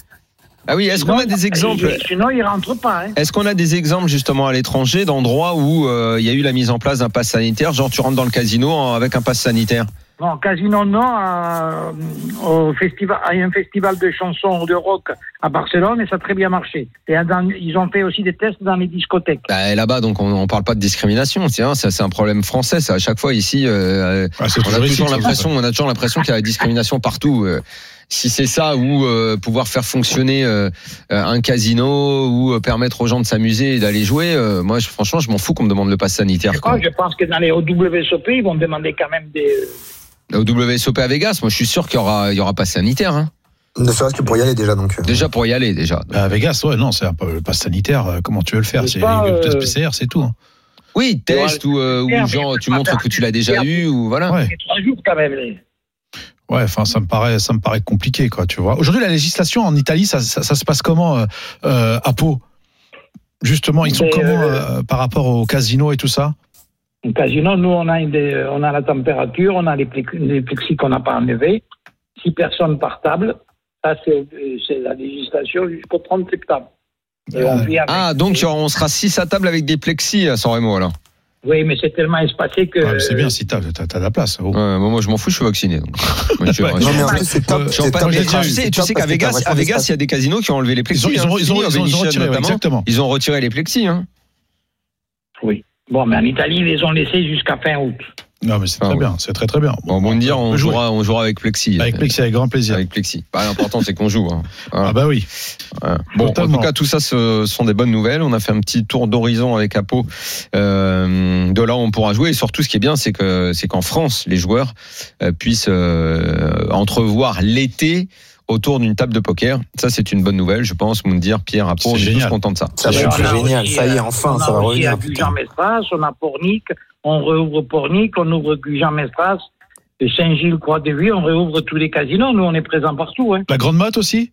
Speaker 5: Ah oui, est-ce qu'on a
Speaker 9: Sinon,
Speaker 5: des exemples
Speaker 9: il- Sinon, ils ne rentrent pas. hein.
Speaker 5: Est-ce qu'on a des exemples justement à l'étranger d'endroits où euh, il y a eu la mise en place d'un pass sanitaire Genre tu rentres dans le casino en- avec un pass sanitaire
Speaker 9: Non, Casino non, à, euh, au festival, à un festival de chansons ou de rock à Barcelone et ça a très bien marché. Et dans- ils ont fait aussi des tests dans les discothèques.
Speaker 5: bah, Là-bas, donc on ne parle pas de discrimination. C'est hein, ça, c'est un problème français. Ça, à chaque fois ici, euh,
Speaker 6: Ah, c'est
Speaker 5: on a
Speaker 6: toujours ici,
Speaker 5: toujours
Speaker 6: ça,
Speaker 5: l'impression, on a toujours l'impression qu'il y a la discrimination partout. euh. Si c'est ça, ou euh, pouvoir faire fonctionner euh, euh, un casino, ou euh, permettre aux gens de s'amuser et d'aller jouer, euh, moi, je- franchement, je m'en fous qu'on me demande le pass sanitaire. quoi.
Speaker 9: Ah, je pense que dans les WSOP, ils vont demander quand même des.
Speaker 5: Au WSOP à Vegas, moi, je suis sûr qu'il y aura, il y aura pas sanitaire. hein.
Speaker 7: Ne serait-ce que pour y aller déjà, donc. euh.
Speaker 5: Déjà pour y aller, déjà. Donc,
Speaker 6: Bah, À Vegas, ouais, non, c'est un peu le pass sanitaire. euh, Comment tu veux le faire
Speaker 9: Mais
Speaker 6: C'est
Speaker 9: pas,
Speaker 6: le test
Speaker 9: euh,
Speaker 6: PCR, c'est tout. hein.
Speaker 5: Oui, test ou, euh, ou
Speaker 9: Merde,
Speaker 5: genre
Speaker 9: mais
Speaker 5: tu
Speaker 9: pas
Speaker 5: montres
Speaker 9: faire.
Speaker 5: que tu l'as déjà
Speaker 9: Merde.
Speaker 5: eu ou voilà.
Speaker 6: Ouais,
Speaker 9: des trois jours quand même. les-
Speaker 6: ouais. Enfin, ça me paraît, ça me paraît compliqué, quoi. Tu vois. Aujourd'hui, la législation en Italie, ça, ça- ça se passe comment euh, euh, à Pau Justement, ils sont
Speaker 9: Mais,
Speaker 6: comment
Speaker 9: euh,
Speaker 6: euh, par rapport au casino et tout ça
Speaker 9: Au casino, nous, on a, des- on a la température, on a les, plex- les plexis qu'on n'a pas enlevés. Six personnes par table. Ça, c'est c'est la législation jusqu'au 30 septembre. Et on vit avec-
Speaker 5: Ah donc il y aura- on sera six à table avec des plexis à San Remo alors.
Speaker 9: Oui, mais c'est tellement espacé que.
Speaker 6: Ouais, Ah, C'est bien si t'as t'as- t'as de la place. oh.
Speaker 5: Ouais, bon, moi je m'en fous, je suis vacciné. donc. Moi, je suis-
Speaker 6: Ouais.
Speaker 5: je suis-
Speaker 7: Non, mais en plus, c'est top.
Speaker 6: Je
Speaker 5: je suis en
Speaker 7: c'est
Speaker 5: panne-
Speaker 7: top
Speaker 5: mais
Speaker 7: d'être là,
Speaker 5: tu sais, tu
Speaker 7: c'est top
Speaker 5: sais qu'à
Speaker 7: parce que t'as
Speaker 5: Vegas,
Speaker 7: vachement
Speaker 5: à Vegas,
Speaker 7: d'espace.
Speaker 5: il y a des casinos qui ont enlevé les plexis.
Speaker 6: Ils ont, ils
Speaker 5: hein,
Speaker 6: ont,
Speaker 5: je
Speaker 6: ils
Speaker 5: te
Speaker 6: ont-
Speaker 5: dis, au
Speaker 6: ils ont- ils ont
Speaker 5: Venetian
Speaker 6: retiré, ouais,
Speaker 5: notamment.
Speaker 6: exactement.
Speaker 5: Ils ont retiré les plexis. Hein.
Speaker 9: euh, Bon, mais en Italie, ils les ont laissés jusqu'à fin août.
Speaker 6: Non, mais c'est
Speaker 5: Ah,
Speaker 6: très
Speaker 5: ouais.
Speaker 6: bien, c'est très très bien.
Speaker 5: Bon, bon dire, on
Speaker 6: peut jouer.
Speaker 5: jouera, on jouera avec plexi.
Speaker 6: Avec Plexi, avec grand plaisir.
Speaker 5: Avec plexi. Bah, L'important c'est qu'on joue. hein. Voilà.
Speaker 6: Ah bah oui.
Speaker 5: Ouais. Bon, en
Speaker 6: Totalement.
Speaker 5: tout cas, tout ça, ce sont des bonnes nouvelles. On a fait un petit tour d'horizon avec Apo. Euh, de là, où on pourra jouer. Et surtout, ce qui est bien, c'est que c'est qu'en France, les joueurs euh, puissent euh, entrevoir l'été autour d'une table de poker. Ça, c'est une bonne nouvelle, je pense. Moundir, Pierre, Apo,
Speaker 6: C'est
Speaker 5: on est tous
Speaker 6: génial.
Speaker 5: contents de ça.
Speaker 7: Ça va
Speaker 9: Et on a
Speaker 7: être génial.
Speaker 9: aussi,
Speaker 7: Ça y est,
Speaker 9: euh,
Speaker 7: enfin,
Speaker 9: on
Speaker 7: ça va
Speaker 9: a aussi à
Speaker 7: revenir.
Speaker 9: Gujan Mestras, on a Pornic, on réouvre Pornic, on ouvre Gujan Mestras, et Saint-Gilles, Croix-de-Vie, on réouvre tous les casinos. Nous, on est présents partout. Hein.
Speaker 6: La grande motte aussi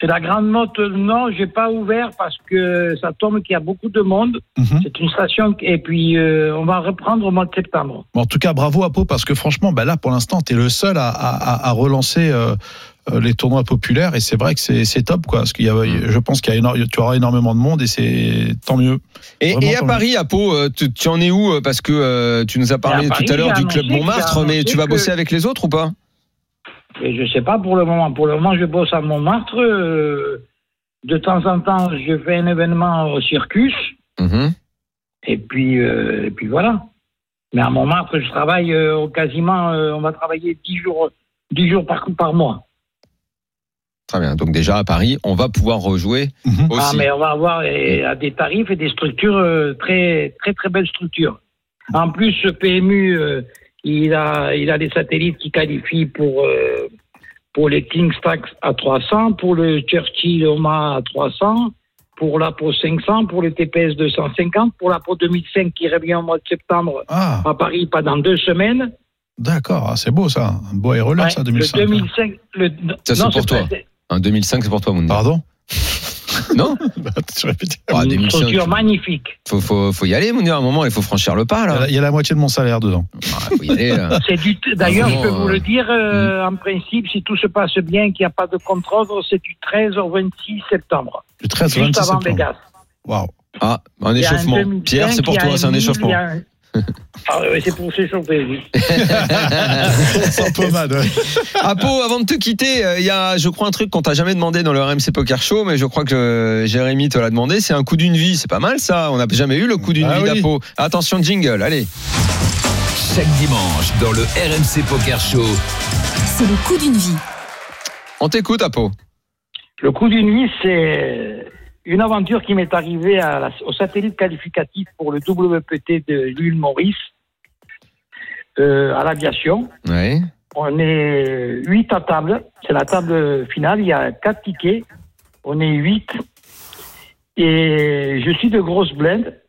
Speaker 9: C'est la grande motte, non, j'ai pas ouvert parce que ça tombe qu'il y a beaucoup de monde.
Speaker 6: Mhm.
Speaker 9: C'est une station, qui- et puis euh, on va reprendre au mois de septembre.
Speaker 6: Bon, En tout cas, bravo à Pau, parce que franchement, bah là, pour l'instant, tu es le seul à, à- à- à relancer euh, euh, les tournois populaires. Et c'est vrai que c'est c'est top, quoi. Parce qu'il y a,
Speaker 5: Mm.
Speaker 6: je pense qu'il y a éno- tu auras énormément de monde et c'est tant mieux.
Speaker 5: Et,
Speaker 6: Vraiment,
Speaker 5: et à
Speaker 6: tant
Speaker 5: Paris, Apo, euh, tu, tu en es où euh, Parce que euh, tu nous as parlé
Speaker 9: Et à
Speaker 5: tout à
Speaker 9: Paris, il
Speaker 5: l'heure
Speaker 9: a
Speaker 5: du club
Speaker 9: annoncé qu'il
Speaker 5: Montmartre,
Speaker 9: a
Speaker 5: mais tu
Speaker 9: annoncé
Speaker 5: vas
Speaker 9: que-
Speaker 5: bosser avec les autres ou pas
Speaker 9: Et je sais pas pour le moment. Pour le moment, je bosse à Montmartre. euh, de temps en temps, je fais un événement au Circus.
Speaker 5: Mhm.
Speaker 9: Et puis, euh, et puis voilà. Mais à Montmartre, je travaille euh, au quasiment. euh, on va travailler 10 jours, 10 jours par, par mois.
Speaker 5: Très bien. Donc déjà à Paris, on va pouvoir rejouer
Speaker 6: Mhm.
Speaker 5: aussi.
Speaker 9: Ah, mais on va avoir eh, à des tarifs et des structures euh, très, très, très belles structures. En plus, ce PMU, euh, il a, il a des satellites qui qualifient pour, euh, pour les Kingstax à 300, pour le Churchill Omaha à 300, pour l'APO 500, pour le TPS 250, pour l'APO 2005 qui revient au mois de septembre
Speaker 6: Ah,
Speaker 9: à Paris pendant deux semaines.
Speaker 6: d'accord, ah, c'est beau ça. Un beau aérolab,
Speaker 9: Ouais,
Speaker 6: ça, 2005.
Speaker 9: Le 2005. Le,
Speaker 5: hein. Ça, c'est
Speaker 9: non,
Speaker 5: pour toi.
Speaker 9: pas- c'est
Speaker 5: Hein, 2005, c'est pour toi, Mundo.
Speaker 6: Pardon
Speaker 5: Non
Speaker 6: Je répète.
Speaker 5: Ah,
Speaker 9: Une
Speaker 5: 2005,
Speaker 9: structure magnifique.
Speaker 5: faut, faut, faut y aller, Mundo, à un moment, il faut franchir le pas,
Speaker 6: Il y a
Speaker 5: là.
Speaker 6: la- il y a la moitié de mon salaire dedans.
Speaker 5: Ah, faut y aller, là.
Speaker 9: C'est du t- D'ailleurs, je peux
Speaker 5: vraiment,
Speaker 9: vous
Speaker 5: euh,
Speaker 9: le dire, euh, en principe, si tout se passe bien, qu'il n'y a pas de contre-ordre, c'est du 13 au 26 septembre,
Speaker 6: Du 13 au
Speaker 9: juste
Speaker 6: 26
Speaker 9: avant
Speaker 6: septembre.
Speaker 9: Vegas.
Speaker 6: Waouh.
Speaker 5: Ah, un
Speaker 9: Il y a un
Speaker 5: échauffement.
Speaker 9: 2005,
Speaker 5: Pierre, c'est pour
Speaker 9: il y a
Speaker 5: toi, c'est un
Speaker 9: mille,
Speaker 5: échauffement.
Speaker 9: il y a un- Ah, ouais, c'est pour s'échauffer, oui.
Speaker 6: Sans pommade, ouais.
Speaker 5: Apo, avant de te quitter, euh, il y a, je crois, un truc qu'on t'a jamais demandé dans le RMC Poker Show, mais je crois que euh, Jérémy te l'a demandé. C'est un coup d'une vie. C'est pas mal, ça. On n'a jamais eu le coup d'une
Speaker 6: Ah
Speaker 5: vie
Speaker 6: oui.
Speaker 5: d'Apo. Attention, jingle. Allez.
Speaker 4: Chaque dimanche dans le RMC Poker Show.
Speaker 3: C'est le coup d'une vie.
Speaker 5: On t'écoute, Apo.
Speaker 9: Le coup d'une nuit, c'est une aventure qui m'est arrivée à la- au satellite qualificatif pour le WPT de l'île Maurice, euh, à l'aviation.
Speaker 5: Ouais.
Speaker 9: On est 8 à table. C'est la table finale. Il y a 4 tickets. On est 8. Et je suis de grosse blinde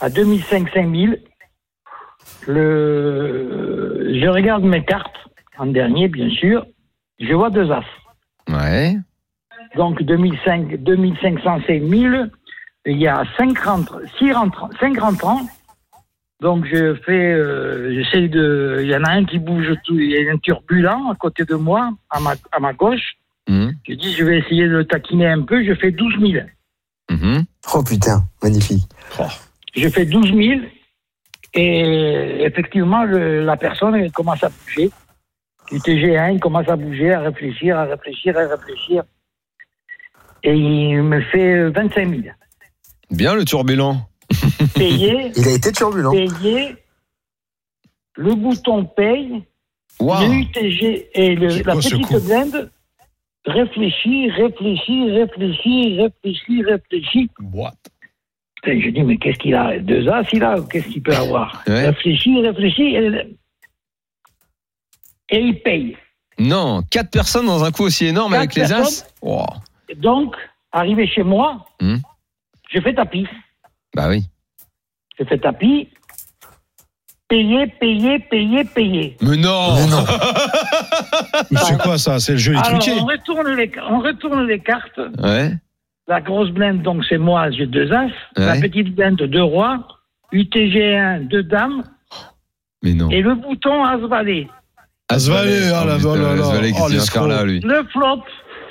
Speaker 9: à 2005-5000. Le... Je regarde mes cartes en dernier, bien sûr. Je vois deux as.
Speaker 5: Ouais.
Speaker 9: Donc 2005, 2500, c'est 1000. Il y a 5 rentrants, 6 rentrants, 5 rentrants. Donc je fais, euh, j'essaye de. Il y en a un qui bouge, tout, il y a un turbulent à côté de moi, à ma, à ma gauche.
Speaker 5: Mhm.
Speaker 9: Je dis, je vais essayer de le taquiner un peu. Je fais 12 000.
Speaker 5: Mhm.
Speaker 7: Oh putain, magnifique.
Speaker 9: Je fais 12 000. Et effectivement, le- la personne elle commence à bouger. Du TG1, il commence à bouger, à réfléchir, à réfléchir, à réfléchir. Et il me fait euh, 25 000.
Speaker 5: Bien le turbulent.
Speaker 9: payer,
Speaker 7: Il a été turbulent.
Speaker 9: payer, le bouton paye,
Speaker 5: Waouh.
Speaker 9: le UTG et le-
Speaker 6: C'est
Speaker 9: la
Speaker 6: quoi ce
Speaker 9: petite
Speaker 6: coup
Speaker 9: blinde réfléchit, réfléchit, réfléchit, réfléchit, réfléchit.
Speaker 6: What
Speaker 9: Et je dis, mais qu'est-ce qu'il a Deux as, il a Qu'est-ce qu'il peut avoir
Speaker 5: Ouais.
Speaker 9: Réfléchit, réfléchit, et, et il paye.
Speaker 5: Non, quatre personnes dans un coup aussi énorme
Speaker 9: Quatre
Speaker 5: avec les as.
Speaker 9: personnes
Speaker 5: Wow.
Speaker 9: Donc, arrivé chez moi,
Speaker 6: Hmm.
Speaker 5: Hum.
Speaker 9: je fais tapis.
Speaker 5: Bah oui.
Speaker 9: Je fais tapis. Payer, payer, payer, payer.
Speaker 5: Mais non.
Speaker 7: Mais non.
Speaker 6: Mais C'est quoi ça C'est le jeu des
Speaker 9: Alors,
Speaker 6: truqués
Speaker 9: on retourne les- on retourne les cartes.
Speaker 5: Ouais.
Speaker 9: La grosse blinde, donc, c'est moi, j'ai deux as. La
Speaker 5: Ouais.
Speaker 9: petite blinde, deux rois. UTG1, deux dames.
Speaker 5: Mais non.
Speaker 9: Et le bouton as valet.
Speaker 6: Asvalet, ah là
Speaker 5: putain,
Speaker 6: là là là.
Speaker 5: Asvalet, qu'est-ce
Speaker 6: Oh,
Speaker 5: qu'il vient faire
Speaker 6: l'escroc.
Speaker 5: là, lui
Speaker 9: Le flop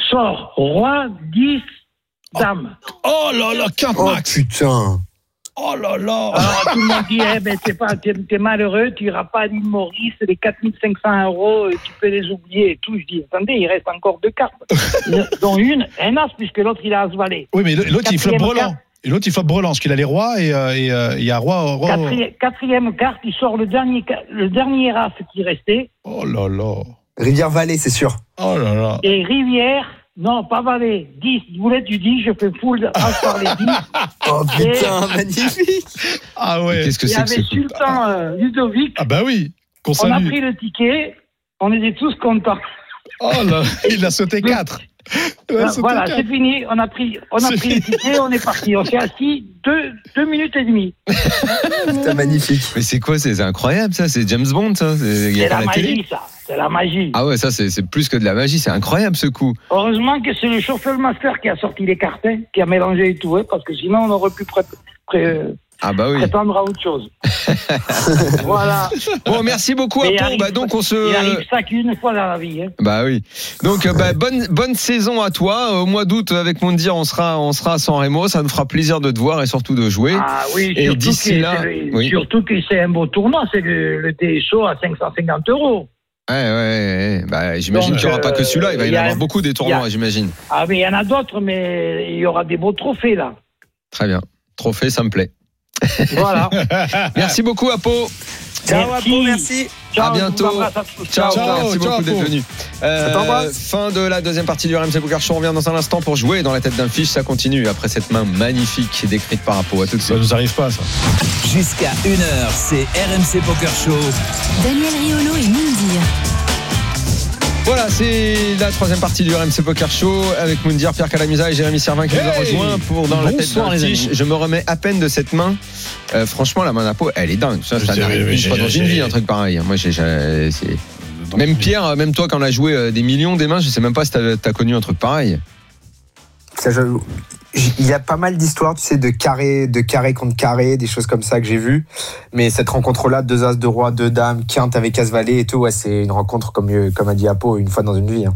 Speaker 9: sort roi, 10, dame.
Speaker 6: Oh là là, quinte
Speaker 7: Oh
Speaker 6: max
Speaker 7: putain.
Speaker 6: Oh là là
Speaker 9: Alors, tout le monde dit, eh ben, c'est pas, t'es, t'es malheureux, tu iras pas à l'île Maurice, les 4500 euros, euh, tu peux les oublier et tout. Je dis, attendez, il reste encore deux cartes. dont une, un as, puisque l'autre, il a as valet.
Speaker 6: Oui, mais l'autre, il floppe
Speaker 9: Quatrième
Speaker 6: brelan.
Speaker 9: carte.
Speaker 6: Et l'autre, il floppe brelan, parce qu'il a les rois et euh, et, euh, il y a roi, roi.
Speaker 9: Quatrième, quatrième carte, il sort le dernier, ca- le dernier as qui restait.
Speaker 6: Oh là là
Speaker 7: Rivière Vallée, c'est sûr.
Speaker 6: Oh là là
Speaker 9: Et Rivière, non, pas Valais, 10, vous l'êtes du 10, je fais full as par les 10.
Speaker 7: Oh putain, magnifique.
Speaker 6: Ah ouais
Speaker 5: Qu'est-ce que
Speaker 9: Il y
Speaker 5: c'est que ce
Speaker 9: avait
Speaker 5: coup
Speaker 9: Sultan euh, Ludovic,
Speaker 6: Ah bah oui Qu'on
Speaker 9: on a
Speaker 6: salue
Speaker 9: pris le ticket, on était tous contents.
Speaker 6: Oh là Il a sauté 4
Speaker 9: Euh, voilà, c'est fini, on a pris, on a
Speaker 6: C'est
Speaker 9: pris le ticket, on est parti. On s'est assis deux, deux minutes et demie.
Speaker 7: Putain, magnifique.
Speaker 5: Mais c'est quoi C'est c'est incroyable ça, c'est James Bond ça. C'est il y a
Speaker 9: C'est
Speaker 5: pas
Speaker 9: la
Speaker 5: la télé.
Speaker 9: magie, ça. C'est la magie.
Speaker 5: Ah ouais, ça c'est c'est plus que de la magie, c'est incroyable ce coup.
Speaker 9: Heureusement que c'est le chauffeur master qui a sorti les cartes, hein, qui a mélangé et tout, hein, parce que sinon on aurait pu pré- pré-
Speaker 5: Ah bah oui.
Speaker 9: prétendre à autre chose. voilà.
Speaker 5: Bon, merci beaucoup
Speaker 9: Mais il
Speaker 5: Apo.
Speaker 9: arrive-
Speaker 5: Bah donc on
Speaker 9: Il arrive
Speaker 5: se
Speaker 9: ça qu'une fois dans la vie. hein.
Speaker 5: Bah oui. Donc
Speaker 9: Ah
Speaker 5: euh, bah, bonne bonne saison à toi. Au mois d'août avec Mondir, on sera on sera à San Remo, ça nous fera plaisir de te voir et surtout de jouer.
Speaker 9: Ah oui,
Speaker 5: Et
Speaker 9: surtout
Speaker 5: d'ici
Speaker 9: que
Speaker 5: là,
Speaker 9: c'est le-
Speaker 5: oui.
Speaker 9: surtout que c'est un beau tournoi, c'est le, le TSO à 550 euros.
Speaker 5: Ouais ouais. ouais. Bah j'imagine
Speaker 9: Donc,
Speaker 5: qu'il n'y aura pas que
Speaker 9: euh,
Speaker 5: celui-là, il va y,
Speaker 9: il y
Speaker 5: en
Speaker 9: a-
Speaker 5: avoir beaucoup des
Speaker 9: il y
Speaker 5: tournois,
Speaker 9: a-
Speaker 5: j'imagine.
Speaker 9: Ah mais il y en a d'autres, mais il y aura des beaux trophées là.
Speaker 5: Très bien. Trophée, ça me plaît.
Speaker 9: Voilà.
Speaker 5: Merci beaucoup Apo.
Speaker 7: Ciao,
Speaker 9: Merci.
Speaker 7: Apo, merci.
Speaker 9: Ciao,
Speaker 5: À
Speaker 9: je vous
Speaker 5: bientôt.
Speaker 9: embrasse à tous.
Speaker 5: Ciao,
Speaker 6: Ciao,
Speaker 5: merci
Speaker 6: ciao,
Speaker 5: beaucoup d'être
Speaker 6: Apo.
Speaker 5: venu. Euh,
Speaker 7: Je t'embrasse.
Speaker 5: fin de la deuxième partie du RMC Poker Show. On revient dans un instant pour jouer dans la tête d'un fiche. Ça continue après cette main magnifique décrite par rapport à tout de
Speaker 6: Ça
Speaker 5: suite.
Speaker 6: nous arrive pas, ça.
Speaker 4: Jusqu'à 1h, c'est RMC Poker Show.
Speaker 3: Daniel Riolo et Mindir.
Speaker 5: Voilà, c'est la troisième partie du RMC Poker Show avec Moundir, Pierre Calamusa et Jérémy Servin qui nous
Speaker 6: Hey
Speaker 5: a rejoint pour dans la tête
Speaker 6: Bonsoir,
Speaker 5: d'un
Speaker 6: les
Speaker 5: fiche.
Speaker 6: amis.
Speaker 5: Je me remets à peine de cette main. Euh, franchement, la main à peau, elle est dingue. Ça,
Speaker 6: Je
Speaker 5: ça
Speaker 6: sais,
Speaker 5: n'arrive
Speaker 6: oui,
Speaker 5: une fois
Speaker 6: j'ai-
Speaker 5: dans une
Speaker 6: j'ai-
Speaker 5: vie un truc pareil. Moi, j'ai- j'ai- c'est- même Pierre, euh, même toi, quand on a joué euh, des millions des mains, je sais même pas si t'as t'as connu un truc pareil.
Speaker 7: Ça, je- j- Il y a pas mal d'histoires, tu sais, de carré, de carré contre carré, des choses comme ça que j'ai vues. Mais cette rencontre-là, deux as, deux rois, deux dames, quinte avec as valet et tout, ouais, c'est une rencontre comme, euh, comme a dit Apo, une fois dans une vie. hein.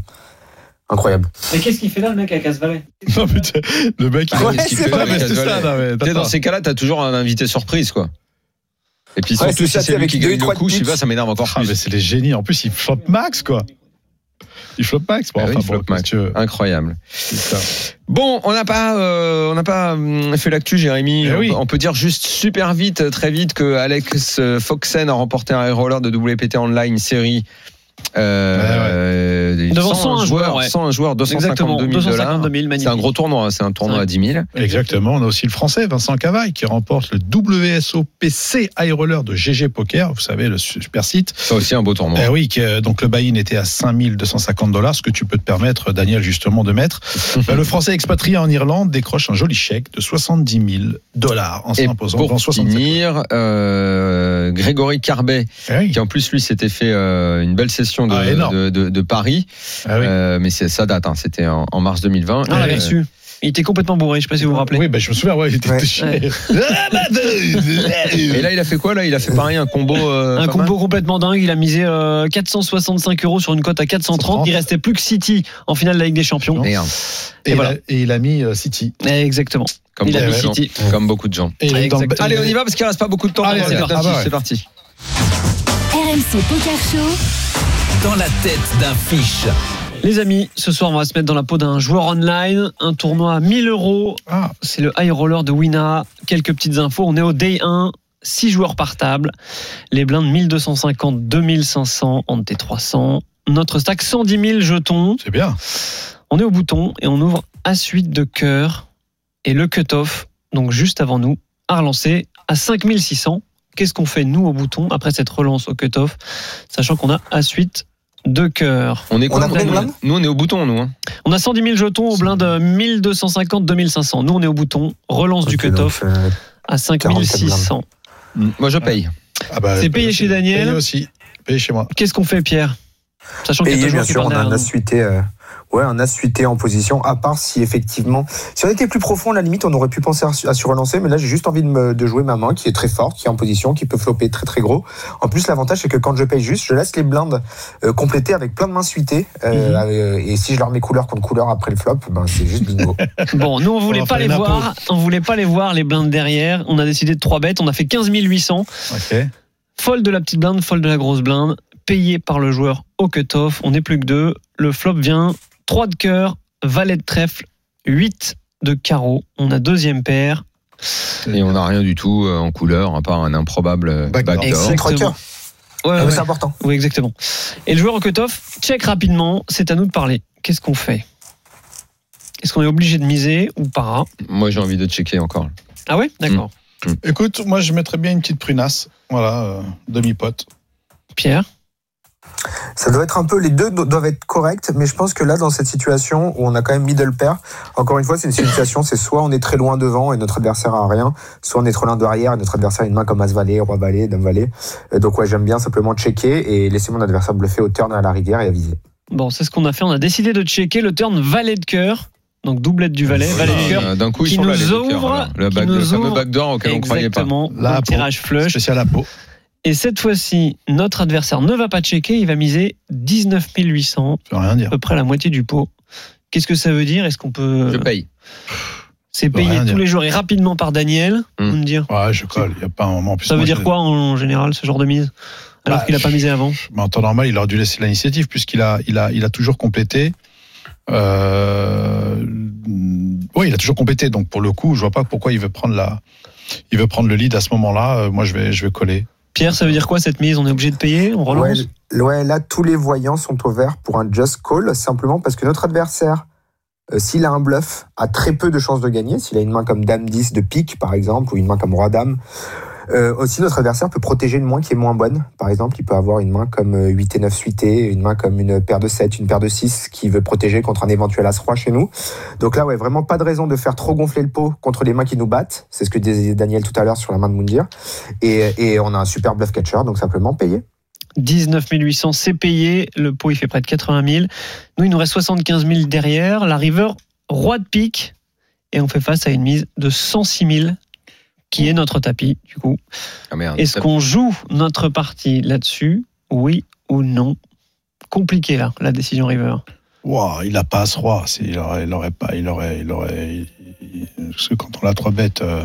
Speaker 7: Incroyable.
Speaker 10: Mais qu'est-ce qu'il fait là, le mec, avec Asvalet
Speaker 6: Non, putain, le mec, il
Speaker 5: Ah,
Speaker 7: Ouais,
Speaker 5: mais ce qu'il
Speaker 7: c'est
Speaker 5: fait
Speaker 7: vrai,
Speaker 5: avec
Speaker 6: mais c'est
Speaker 5: Casvalet.
Speaker 6: ça, non, mais
Speaker 5: Tu sais, dans
Speaker 6: t'as
Speaker 5: ces cas-là, t'as toujours un invité surprise, quoi. Et puis
Speaker 7: Ouais,
Speaker 5: surtout
Speaker 7: c'est
Speaker 5: si
Speaker 7: ça,
Speaker 5: c'est
Speaker 7: c'est
Speaker 5: lui qui
Speaker 7: avec deux,
Speaker 5: gagne le
Speaker 7: trois
Speaker 5: coup, je sais
Speaker 7: piques.
Speaker 5: pas, ça m'énerve encore
Speaker 6: Ah, mais
Speaker 5: plus.
Speaker 6: c'est les génies. En plus, il floppe max, quoi. Il floppe max. Bon,
Speaker 5: Ah oui,
Speaker 6: enfin,
Speaker 5: il floppe
Speaker 6: bon,
Speaker 5: max.
Speaker 6: si tu veux.
Speaker 5: Incroyable.
Speaker 6: Putain.
Speaker 5: Bon, on n'a pas, euh, on n'a pas hum, fait l'actu, Jérémy.
Speaker 6: Eh
Speaker 5: on,
Speaker 6: oui.
Speaker 5: on peut dire juste super vite, très vite, que Alex euh, Foxen a remporté un high roller de WPT Online série. euh, des
Speaker 10: Devant 101
Speaker 5: joueurs,
Speaker 10: joueurs, ouais.
Speaker 5: 101 joueurs, 252
Speaker 10: Exactement,
Speaker 5: 000 dollars.
Speaker 10: 252
Speaker 5: C'est
Speaker 10: 000,
Speaker 5: un
Speaker 10: magnifique.
Speaker 5: gros tournoi, hein, c'est un tournoi
Speaker 10: Ouais.
Speaker 5: à 10 000.
Speaker 6: Exactement. On a aussi le français, Vincent Cavaille, qui remporte le WSOPC High Roller de GG Poker. Vous savez, le super site.
Speaker 5: C'est aussi un beau tournoi.
Speaker 6: Eh oui, qui, euh, donc le buy-in était à 5250 dollars, ce que tu peux te permettre, Daniel, justement, de mettre. Ben, le Français expatrié en Irlande décroche un joli chèque de 70 000 dollars en
Speaker 5: Et
Speaker 6: s'imposant
Speaker 5: pour
Speaker 6: en 67.
Speaker 5: finir, euh, Grégory Carbet,
Speaker 6: Eh oui.
Speaker 5: qui en plus lui s'était fait euh, une belle session de,
Speaker 6: Ah, énorme.
Speaker 5: de, de- de Paris,
Speaker 6: Ah oui.
Speaker 5: Euh, mais c'est- ça date, hein, c'était en, en mars 2020.
Speaker 10: Ah, on l'avait
Speaker 5: Euh,
Speaker 10: reçu. Il était complètement bourré, je sais pas si vous vous rappelez.
Speaker 6: Oui, ben, je me souviens, ouais, il était
Speaker 7: Ouais.
Speaker 6: cher.
Speaker 5: Et là, il a fait quoi là Il a fait pareil un combo. euh, pas
Speaker 10: Un
Speaker 5: mal
Speaker 10: combo complètement dingue, il a misé euh, 465 euros sur une cote à 430.
Speaker 6: 430.
Speaker 10: Il restait plus que City en finale de la Ligue des Champions.
Speaker 5: Merde,
Speaker 6: Et,
Speaker 10: Et voilà.
Speaker 6: il a- et il a mis euh, City.
Speaker 10: Eh, Exactement.
Speaker 5: comme,
Speaker 10: Il a
Speaker 5: beaucoup
Speaker 10: mis
Speaker 5: de gens.
Speaker 10: City.
Speaker 5: Comme beaucoup de gens.
Speaker 6: Et il a mis dans le-
Speaker 10: Exactement.
Speaker 5: Allez, on y va parce qu'il reste pas beaucoup de temps.
Speaker 6: Allez,
Speaker 5: pour cette
Speaker 6: ah bah
Speaker 5: affiche,
Speaker 6: ouais.
Speaker 5: C'est parti.
Speaker 3: RMC Poker Show.
Speaker 4: Dans la tête d'un fiche.
Speaker 10: Les amis, ce soir, on va se mettre dans la peau d'un joueur online. Un tournoi à 1000 euros.
Speaker 6: Ah,
Speaker 10: C'est le high roller de Wina. Quelques petites infos. On est au day 1. 6 joueurs par table. Les blindes 1250, 2500, ante 300. Notre stack 110 000 jetons.
Speaker 6: c'est bien.
Speaker 10: On est au bouton et on ouvre à suite de cœur. Et le cut-off, donc juste avant nous, à relancer à 5600. Qu'est-ce qu'on fait nous au bouton après cette relance au cut-off, sachant qu'on a à suite de cœur
Speaker 5: On est
Speaker 7: On a
Speaker 5: content,
Speaker 7: combien de
Speaker 5: nous,
Speaker 7: blindes
Speaker 5: Nous, on est au bouton, nous. hein.
Speaker 10: On a 110 000 jetons au blind euh, 1250-2500. Nous, on est au bouton, relance du
Speaker 7: Ok,
Speaker 10: cut-off
Speaker 7: donc, euh,
Speaker 10: à 5600.
Speaker 5: Moi, je paye.
Speaker 6: Ah bah,
Speaker 10: C'est payé chez Daniel.
Speaker 6: Payé aussi. Payé chez moi.
Speaker 10: Qu'est-ce qu'on fait, Pierre Sachant qu'il y a
Speaker 7: Payé,
Speaker 10: deux
Speaker 7: bien
Speaker 10: joueurs qui
Speaker 7: sûr, on
Speaker 10: parlent
Speaker 7: a un
Speaker 10: derrière
Speaker 7: as
Speaker 10: nous.
Speaker 7: suité, euh, ouais, un as suité en position, à part si effectivement, si on était plus profond, à la limite, on aurait pu penser à su- à se relancer, mais là, j'ai juste envie de, me- de jouer ma main qui est très forte, qui est en position, qui peut flopper très très gros. En plus, l'avantage, c'est que quand je paye juste, je laisse les blindes euh, compléter avec plein de mains suitées, euh, euh, et si je leur mets couleur contre couleur après le flop, ben, c'est juste bingo.
Speaker 10: Bon, nous on voulait
Speaker 6: va
Speaker 10: pas
Speaker 6: faire
Speaker 10: les
Speaker 6: une impro.
Speaker 10: voir, on voulait pas les voir les blindes derrière. On a décidé de 3 bêtes, on a fait 15 800.
Speaker 6: Ok.
Speaker 10: Folle de la petite blinde, folle de la grosse blinde, payé par le joueur au cut-off. On n'est plus que deux. Le flop vient 3 de cœur, valet de trèfle, 8 de carreau. On a deuxième paire.
Speaker 5: Et on n'a rien du tout euh, en couleur, à part un improbable euh,
Speaker 6: Backdoor.
Speaker 5: backdoor.
Speaker 7: Trois
Speaker 10: Exactement.
Speaker 7: cœurs,
Speaker 10: Ouais,
Speaker 7: Ah,
Speaker 10: ouais,
Speaker 7: mais
Speaker 10: ouais.
Speaker 7: c'est important.
Speaker 10: Oui, exactement. Et le joueur au cut-off, check rapidement. C'est à nous de parler. Qu'est-ce qu'on fait Est-ce qu'on est obligé de miser ou pas
Speaker 5: Moi, j'ai envie de checker encore.
Speaker 10: Ah ouais D'accord.
Speaker 6: Écoute, moi, je mettrais bien une petite prunasse. Voilà, euh, demi-pote.
Speaker 10: Pierre
Speaker 7: Ça doit être un peu, les deux do- doivent être corrects, mais je pense que là, dans cette situation où on a quand même middle pair, encore une fois, c'est une situation, c'est soit on est très loin devant et notre adversaire a rien, soit on est trop loin derrière et notre adversaire a une main comme As-Valet, Roi-Valet, Dame-Valet. Euh, Donc ouais, j'aime bien simplement checker et laisser mon adversaire bluffer au turn à la rivière et aviser.
Speaker 10: Bon, c'est ce qu'on a fait. On a décidé de checker le turn valet de cœur. Donc doublette du valet,
Speaker 6: Voilà.
Speaker 10: valet de cœur.
Speaker 5: Euh, D'un coup, ils
Speaker 10: Qui
Speaker 5: sont là,
Speaker 10: nous
Speaker 5: les jokers,
Speaker 10: ouvre,
Speaker 5: alors. le,
Speaker 10: qui
Speaker 5: back- le
Speaker 10: nous
Speaker 5: fameux
Speaker 10: ouvre.
Speaker 5: backdoor auquel on croyait pas.
Speaker 10: Exactement.
Speaker 6: Là,
Speaker 10: bon
Speaker 6: pour-
Speaker 10: tirage flush.
Speaker 6: Spécial à peau.
Speaker 10: Et cette fois-ci, notre adversaire ne va pas checker, il va miser 19 800,
Speaker 6: Je peux rien
Speaker 10: à
Speaker 6: dire.
Speaker 10: peu près la moitié du pot. Qu'est-ce que ça veut dire Est-ce qu'on
Speaker 5: Je
Speaker 10: peut.
Speaker 5: paye.
Speaker 10: C'est
Speaker 6: peux rien
Speaker 10: payé tous
Speaker 6: dire.
Speaker 10: les jours et rapidement par Daniel
Speaker 5: Hmm.
Speaker 10: vous me dire.
Speaker 6: Ouais, je colle. Il n'y a pas un moment. En plus,
Speaker 10: Ça veut
Speaker 6: moi,
Speaker 10: dire
Speaker 6: je-
Speaker 10: quoi en général, ce genre de mise Alors
Speaker 6: Bah,
Speaker 10: qu'il n'a pas misé avant
Speaker 6: Mais en temps normal, il aurait dû laisser l'initiative puisqu'il a, il a, il a toujours complété. Euh, Oui, il a toujours complété. Donc pour le coup, je vois pas pourquoi il veut prendre la, il veut prendre le lead à ce moment-là. Euh, moi, je vais, je vais coller.
Speaker 10: Pierre, ça veut dire quoi cette mise On est obligé de payer On relance
Speaker 7: Ouais, l- ouais, là, tous les voyants sont au vert pour un just call, simplement parce que notre adversaire, euh, s'il a un bluff, a très peu de chances de gagner. S'il a une main comme Dame 10 de pique, par exemple, ou une main comme Roi Dame. Euh, aussi, notre adversaire peut protéger une main qui est moins bonne. Par exemple, il peut avoir une main comme euh, 8 et 9 suité, une main comme une paire de 7, une paire de 6 qui veut protéger contre un éventuel As-Roi chez nous. Donc là, ouais, vraiment pas de raison de faire trop gonfler le pot contre les mains qui nous battent. C'est ce que disait Daniel tout à l'heure sur la main de Moundir. Et, et on a un super bluff catcher, donc simplement payer.
Speaker 10: 19 800, c'est payé. Le pot, il fait près de 80 000. Nous, il nous reste 75 000 derrière. La river, roi de pique. Et on fait face à une mise de 106 000, qui est notre tapis, du coup.
Speaker 5: Ah merde.
Speaker 10: Est-ce qu'on joue notre partie là-dessus Oui ou non Compliqué, là, la décision river.
Speaker 6: Wow, il a pas as roi. C'est- Il aurait, il aurait pas, il aurait, il aurait. il- il- parce que quand on a trois bêtes, euh,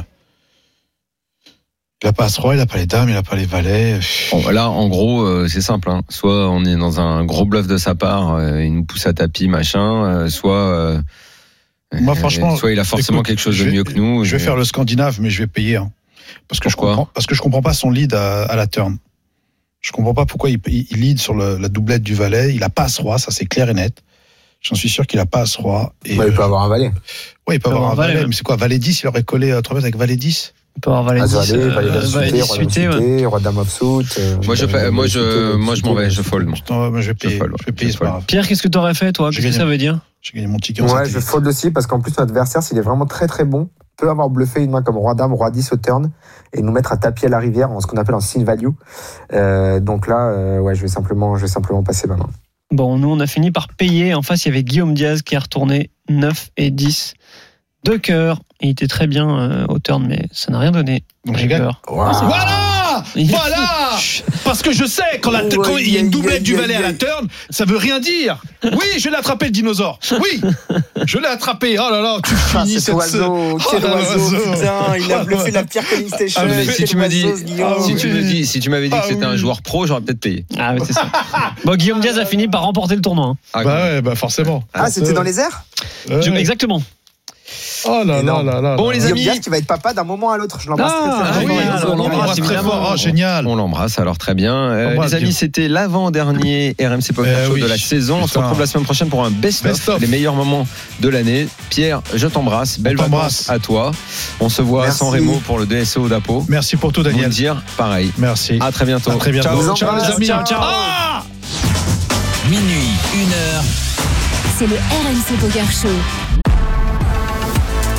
Speaker 6: il a pas as roi, il a pas les dames, il a pas les valets. Pff,
Speaker 5: Bon, là, en gros, euh, c'est simple. hein. Soit on est dans un gros bluff de sa part, euh, il nous pousse à tapis, machin. euh, soit, euh,
Speaker 6: Moi,
Speaker 5: euh,
Speaker 6: franchement,
Speaker 5: soit il a forcément
Speaker 6: écoute,
Speaker 5: quelque chose
Speaker 6: je
Speaker 5: de
Speaker 6: vais-
Speaker 5: mieux que nous.
Speaker 6: Je vais faire le scandinave, mais je vais payer. hein. parce que
Speaker 5: Pourquoi
Speaker 6: je comprends, parce que je comprends pas son lead à, à la turn. Je comprends pas pourquoi il, il il lead sur le- la doublette du valet. Il a pas as roi, ça c'est clair et net. J'en suis sûr qu'il a pas as roi. Et,
Speaker 7: Ouais, Bah, il peut
Speaker 6: euh,
Speaker 7: avoir un valet.
Speaker 6: ouais, il peut avoir un valet.
Speaker 10: ouais.
Speaker 6: Mais c'est quoi, valet 10 Il aurait collé euh, trois bêtes avec valet 10
Speaker 10: On peut avoir valet
Speaker 7: Ah,
Speaker 10: 10,
Speaker 7: valet,
Speaker 10: euh,
Speaker 7: valet
Speaker 10: valet
Speaker 7: dame suité, roi dame
Speaker 10: 18, ouais.
Speaker 7: suité, roi dame offsuit. euh,
Speaker 5: Moi, je,
Speaker 7: dame
Speaker 5: moi,
Speaker 7: suité,
Speaker 5: je, moi, je m'en vais, je fold. moi.
Speaker 6: Putain, ouais, mais je vais
Speaker 5: Je
Speaker 6: payer.
Speaker 5: fold,
Speaker 6: Je vais
Speaker 5: ouais,
Speaker 6: payer,
Speaker 5: je
Speaker 6: c'est pas
Speaker 5: fold.
Speaker 6: grave.
Speaker 10: Pierre, qu'est-ce que t'aurais fait, toi
Speaker 6: J'ai
Speaker 10: Qu'est-ce que
Speaker 6: gagné.
Speaker 10: ça veut dire
Speaker 6: J'ai gagné mon ticket. en
Speaker 7: Ouais,
Speaker 6: satellite.
Speaker 7: je fold aussi parce qu'en plus, notre adversaire, s'il est vraiment très très bon, peut avoir bluffé une main comme roi dame, roi 10 au turn et nous mettre à tapis à la rivière en ce qu'on appelle en sin value. Euh, donc là, euh, ouais, je vais simplement, je vais simplement passer ma main.
Speaker 10: Bon, nous, on a fini par payer. En face, il y avait Guillaume Diaz qui a retourné 9 et 10 de cœur. Il était très bien euh, au turn, mais ça n'a rien donné.
Speaker 6: Donc j'ai gagné.
Speaker 10: Cœur.
Speaker 7: Ah,
Speaker 11: Voilà
Speaker 10: Il est
Speaker 11: Voilà Parce que je sais, quand la- quand il y a une doublette du valet à la turn, ça veut rien dire. Oui, je l'ai attrapé le dinosaure. Oui, je l'ai attrapé. Oh là là, tu
Speaker 7: Ah,
Speaker 11: finis
Speaker 7: cet
Speaker 11: cette...
Speaker 7: oiseau, quel
Speaker 11: Oh,
Speaker 7: oiseau,
Speaker 11: l'oiseau.
Speaker 7: putain, il a bluffé la pire calling station.
Speaker 5: Ah, mais si
Speaker 7: quel
Speaker 5: tu me dis,
Speaker 7: oiseau, ce Guillaume.
Speaker 5: si tu me dis, si tu m'avais dit
Speaker 6: Ah
Speaker 5: que c'était un
Speaker 6: oui.
Speaker 5: joueur pro, j'aurais peut-être payé.
Speaker 10: Ah oui, c'est ça. Bon, Guillaume Diaz a fini par remporter le tournoi. hein.
Speaker 5: Ah,
Speaker 6: Bah ouais, bah forcément.
Speaker 7: Ah, c'était dans les airs
Speaker 6: Ouais.
Speaker 10: Je- Exactement.
Speaker 6: Oh là là
Speaker 7: Énorme.
Speaker 6: là là.
Speaker 5: Bon,
Speaker 6: là.
Speaker 5: les
Speaker 7: Guillaume
Speaker 5: amis.
Speaker 7: Diaz qui va être papa d'un moment à l'autre. Je l'embrasse
Speaker 10: Ah,
Speaker 7: très,
Speaker 6: Ah
Speaker 7: très
Speaker 6: oui,
Speaker 7: fort.
Speaker 10: Ah,
Speaker 6: on l'embrasse
Speaker 10: l'embrasse,
Speaker 6: très
Speaker 10: évidemment.
Speaker 6: fort. Oh, génial.
Speaker 5: On l'embrasse, alors très bien. Euh,
Speaker 6: On l'embrasse,
Speaker 5: les amis,
Speaker 6: Guillaume.
Speaker 5: c'était l'avant-dernier RMC Poker
Speaker 6: Eh
Speaker 5: Show
Speaker 6: oui.
Speaker 5: de la saison. On se
Speaker 6: Putain.
Speaker 5: retrouve la semaine prochaine pour un best-of,
Speaker 6: Best of.
Speaker 5: les meilleurs moments de l'année. Pierre, je t'embrasse. Belle
Speaker 6: t'embrasse.
Speaker 5: vacances à toi. On se voit à
Speaker 7: Merci.
Speaker 5: San Remo pour le DSO d'Apo.
Speaker 6: Merci pour tout, Daniel.
Speaker 5: dire pareil.
Speaker 6: Merci.
Speaker 5: À très bientôt.
Speaker 6: À très bientôt.
Speaker 7: Ciao,
Speaker 6: Ciao, les
Speaker 7: Jean-Baptiste.
Speaker 6: amis.
Speaker 7: Ciao, ciao.
Speaker 4: Minuit, 1 heure.
Speaker 3: C'est le RMC Poker Show.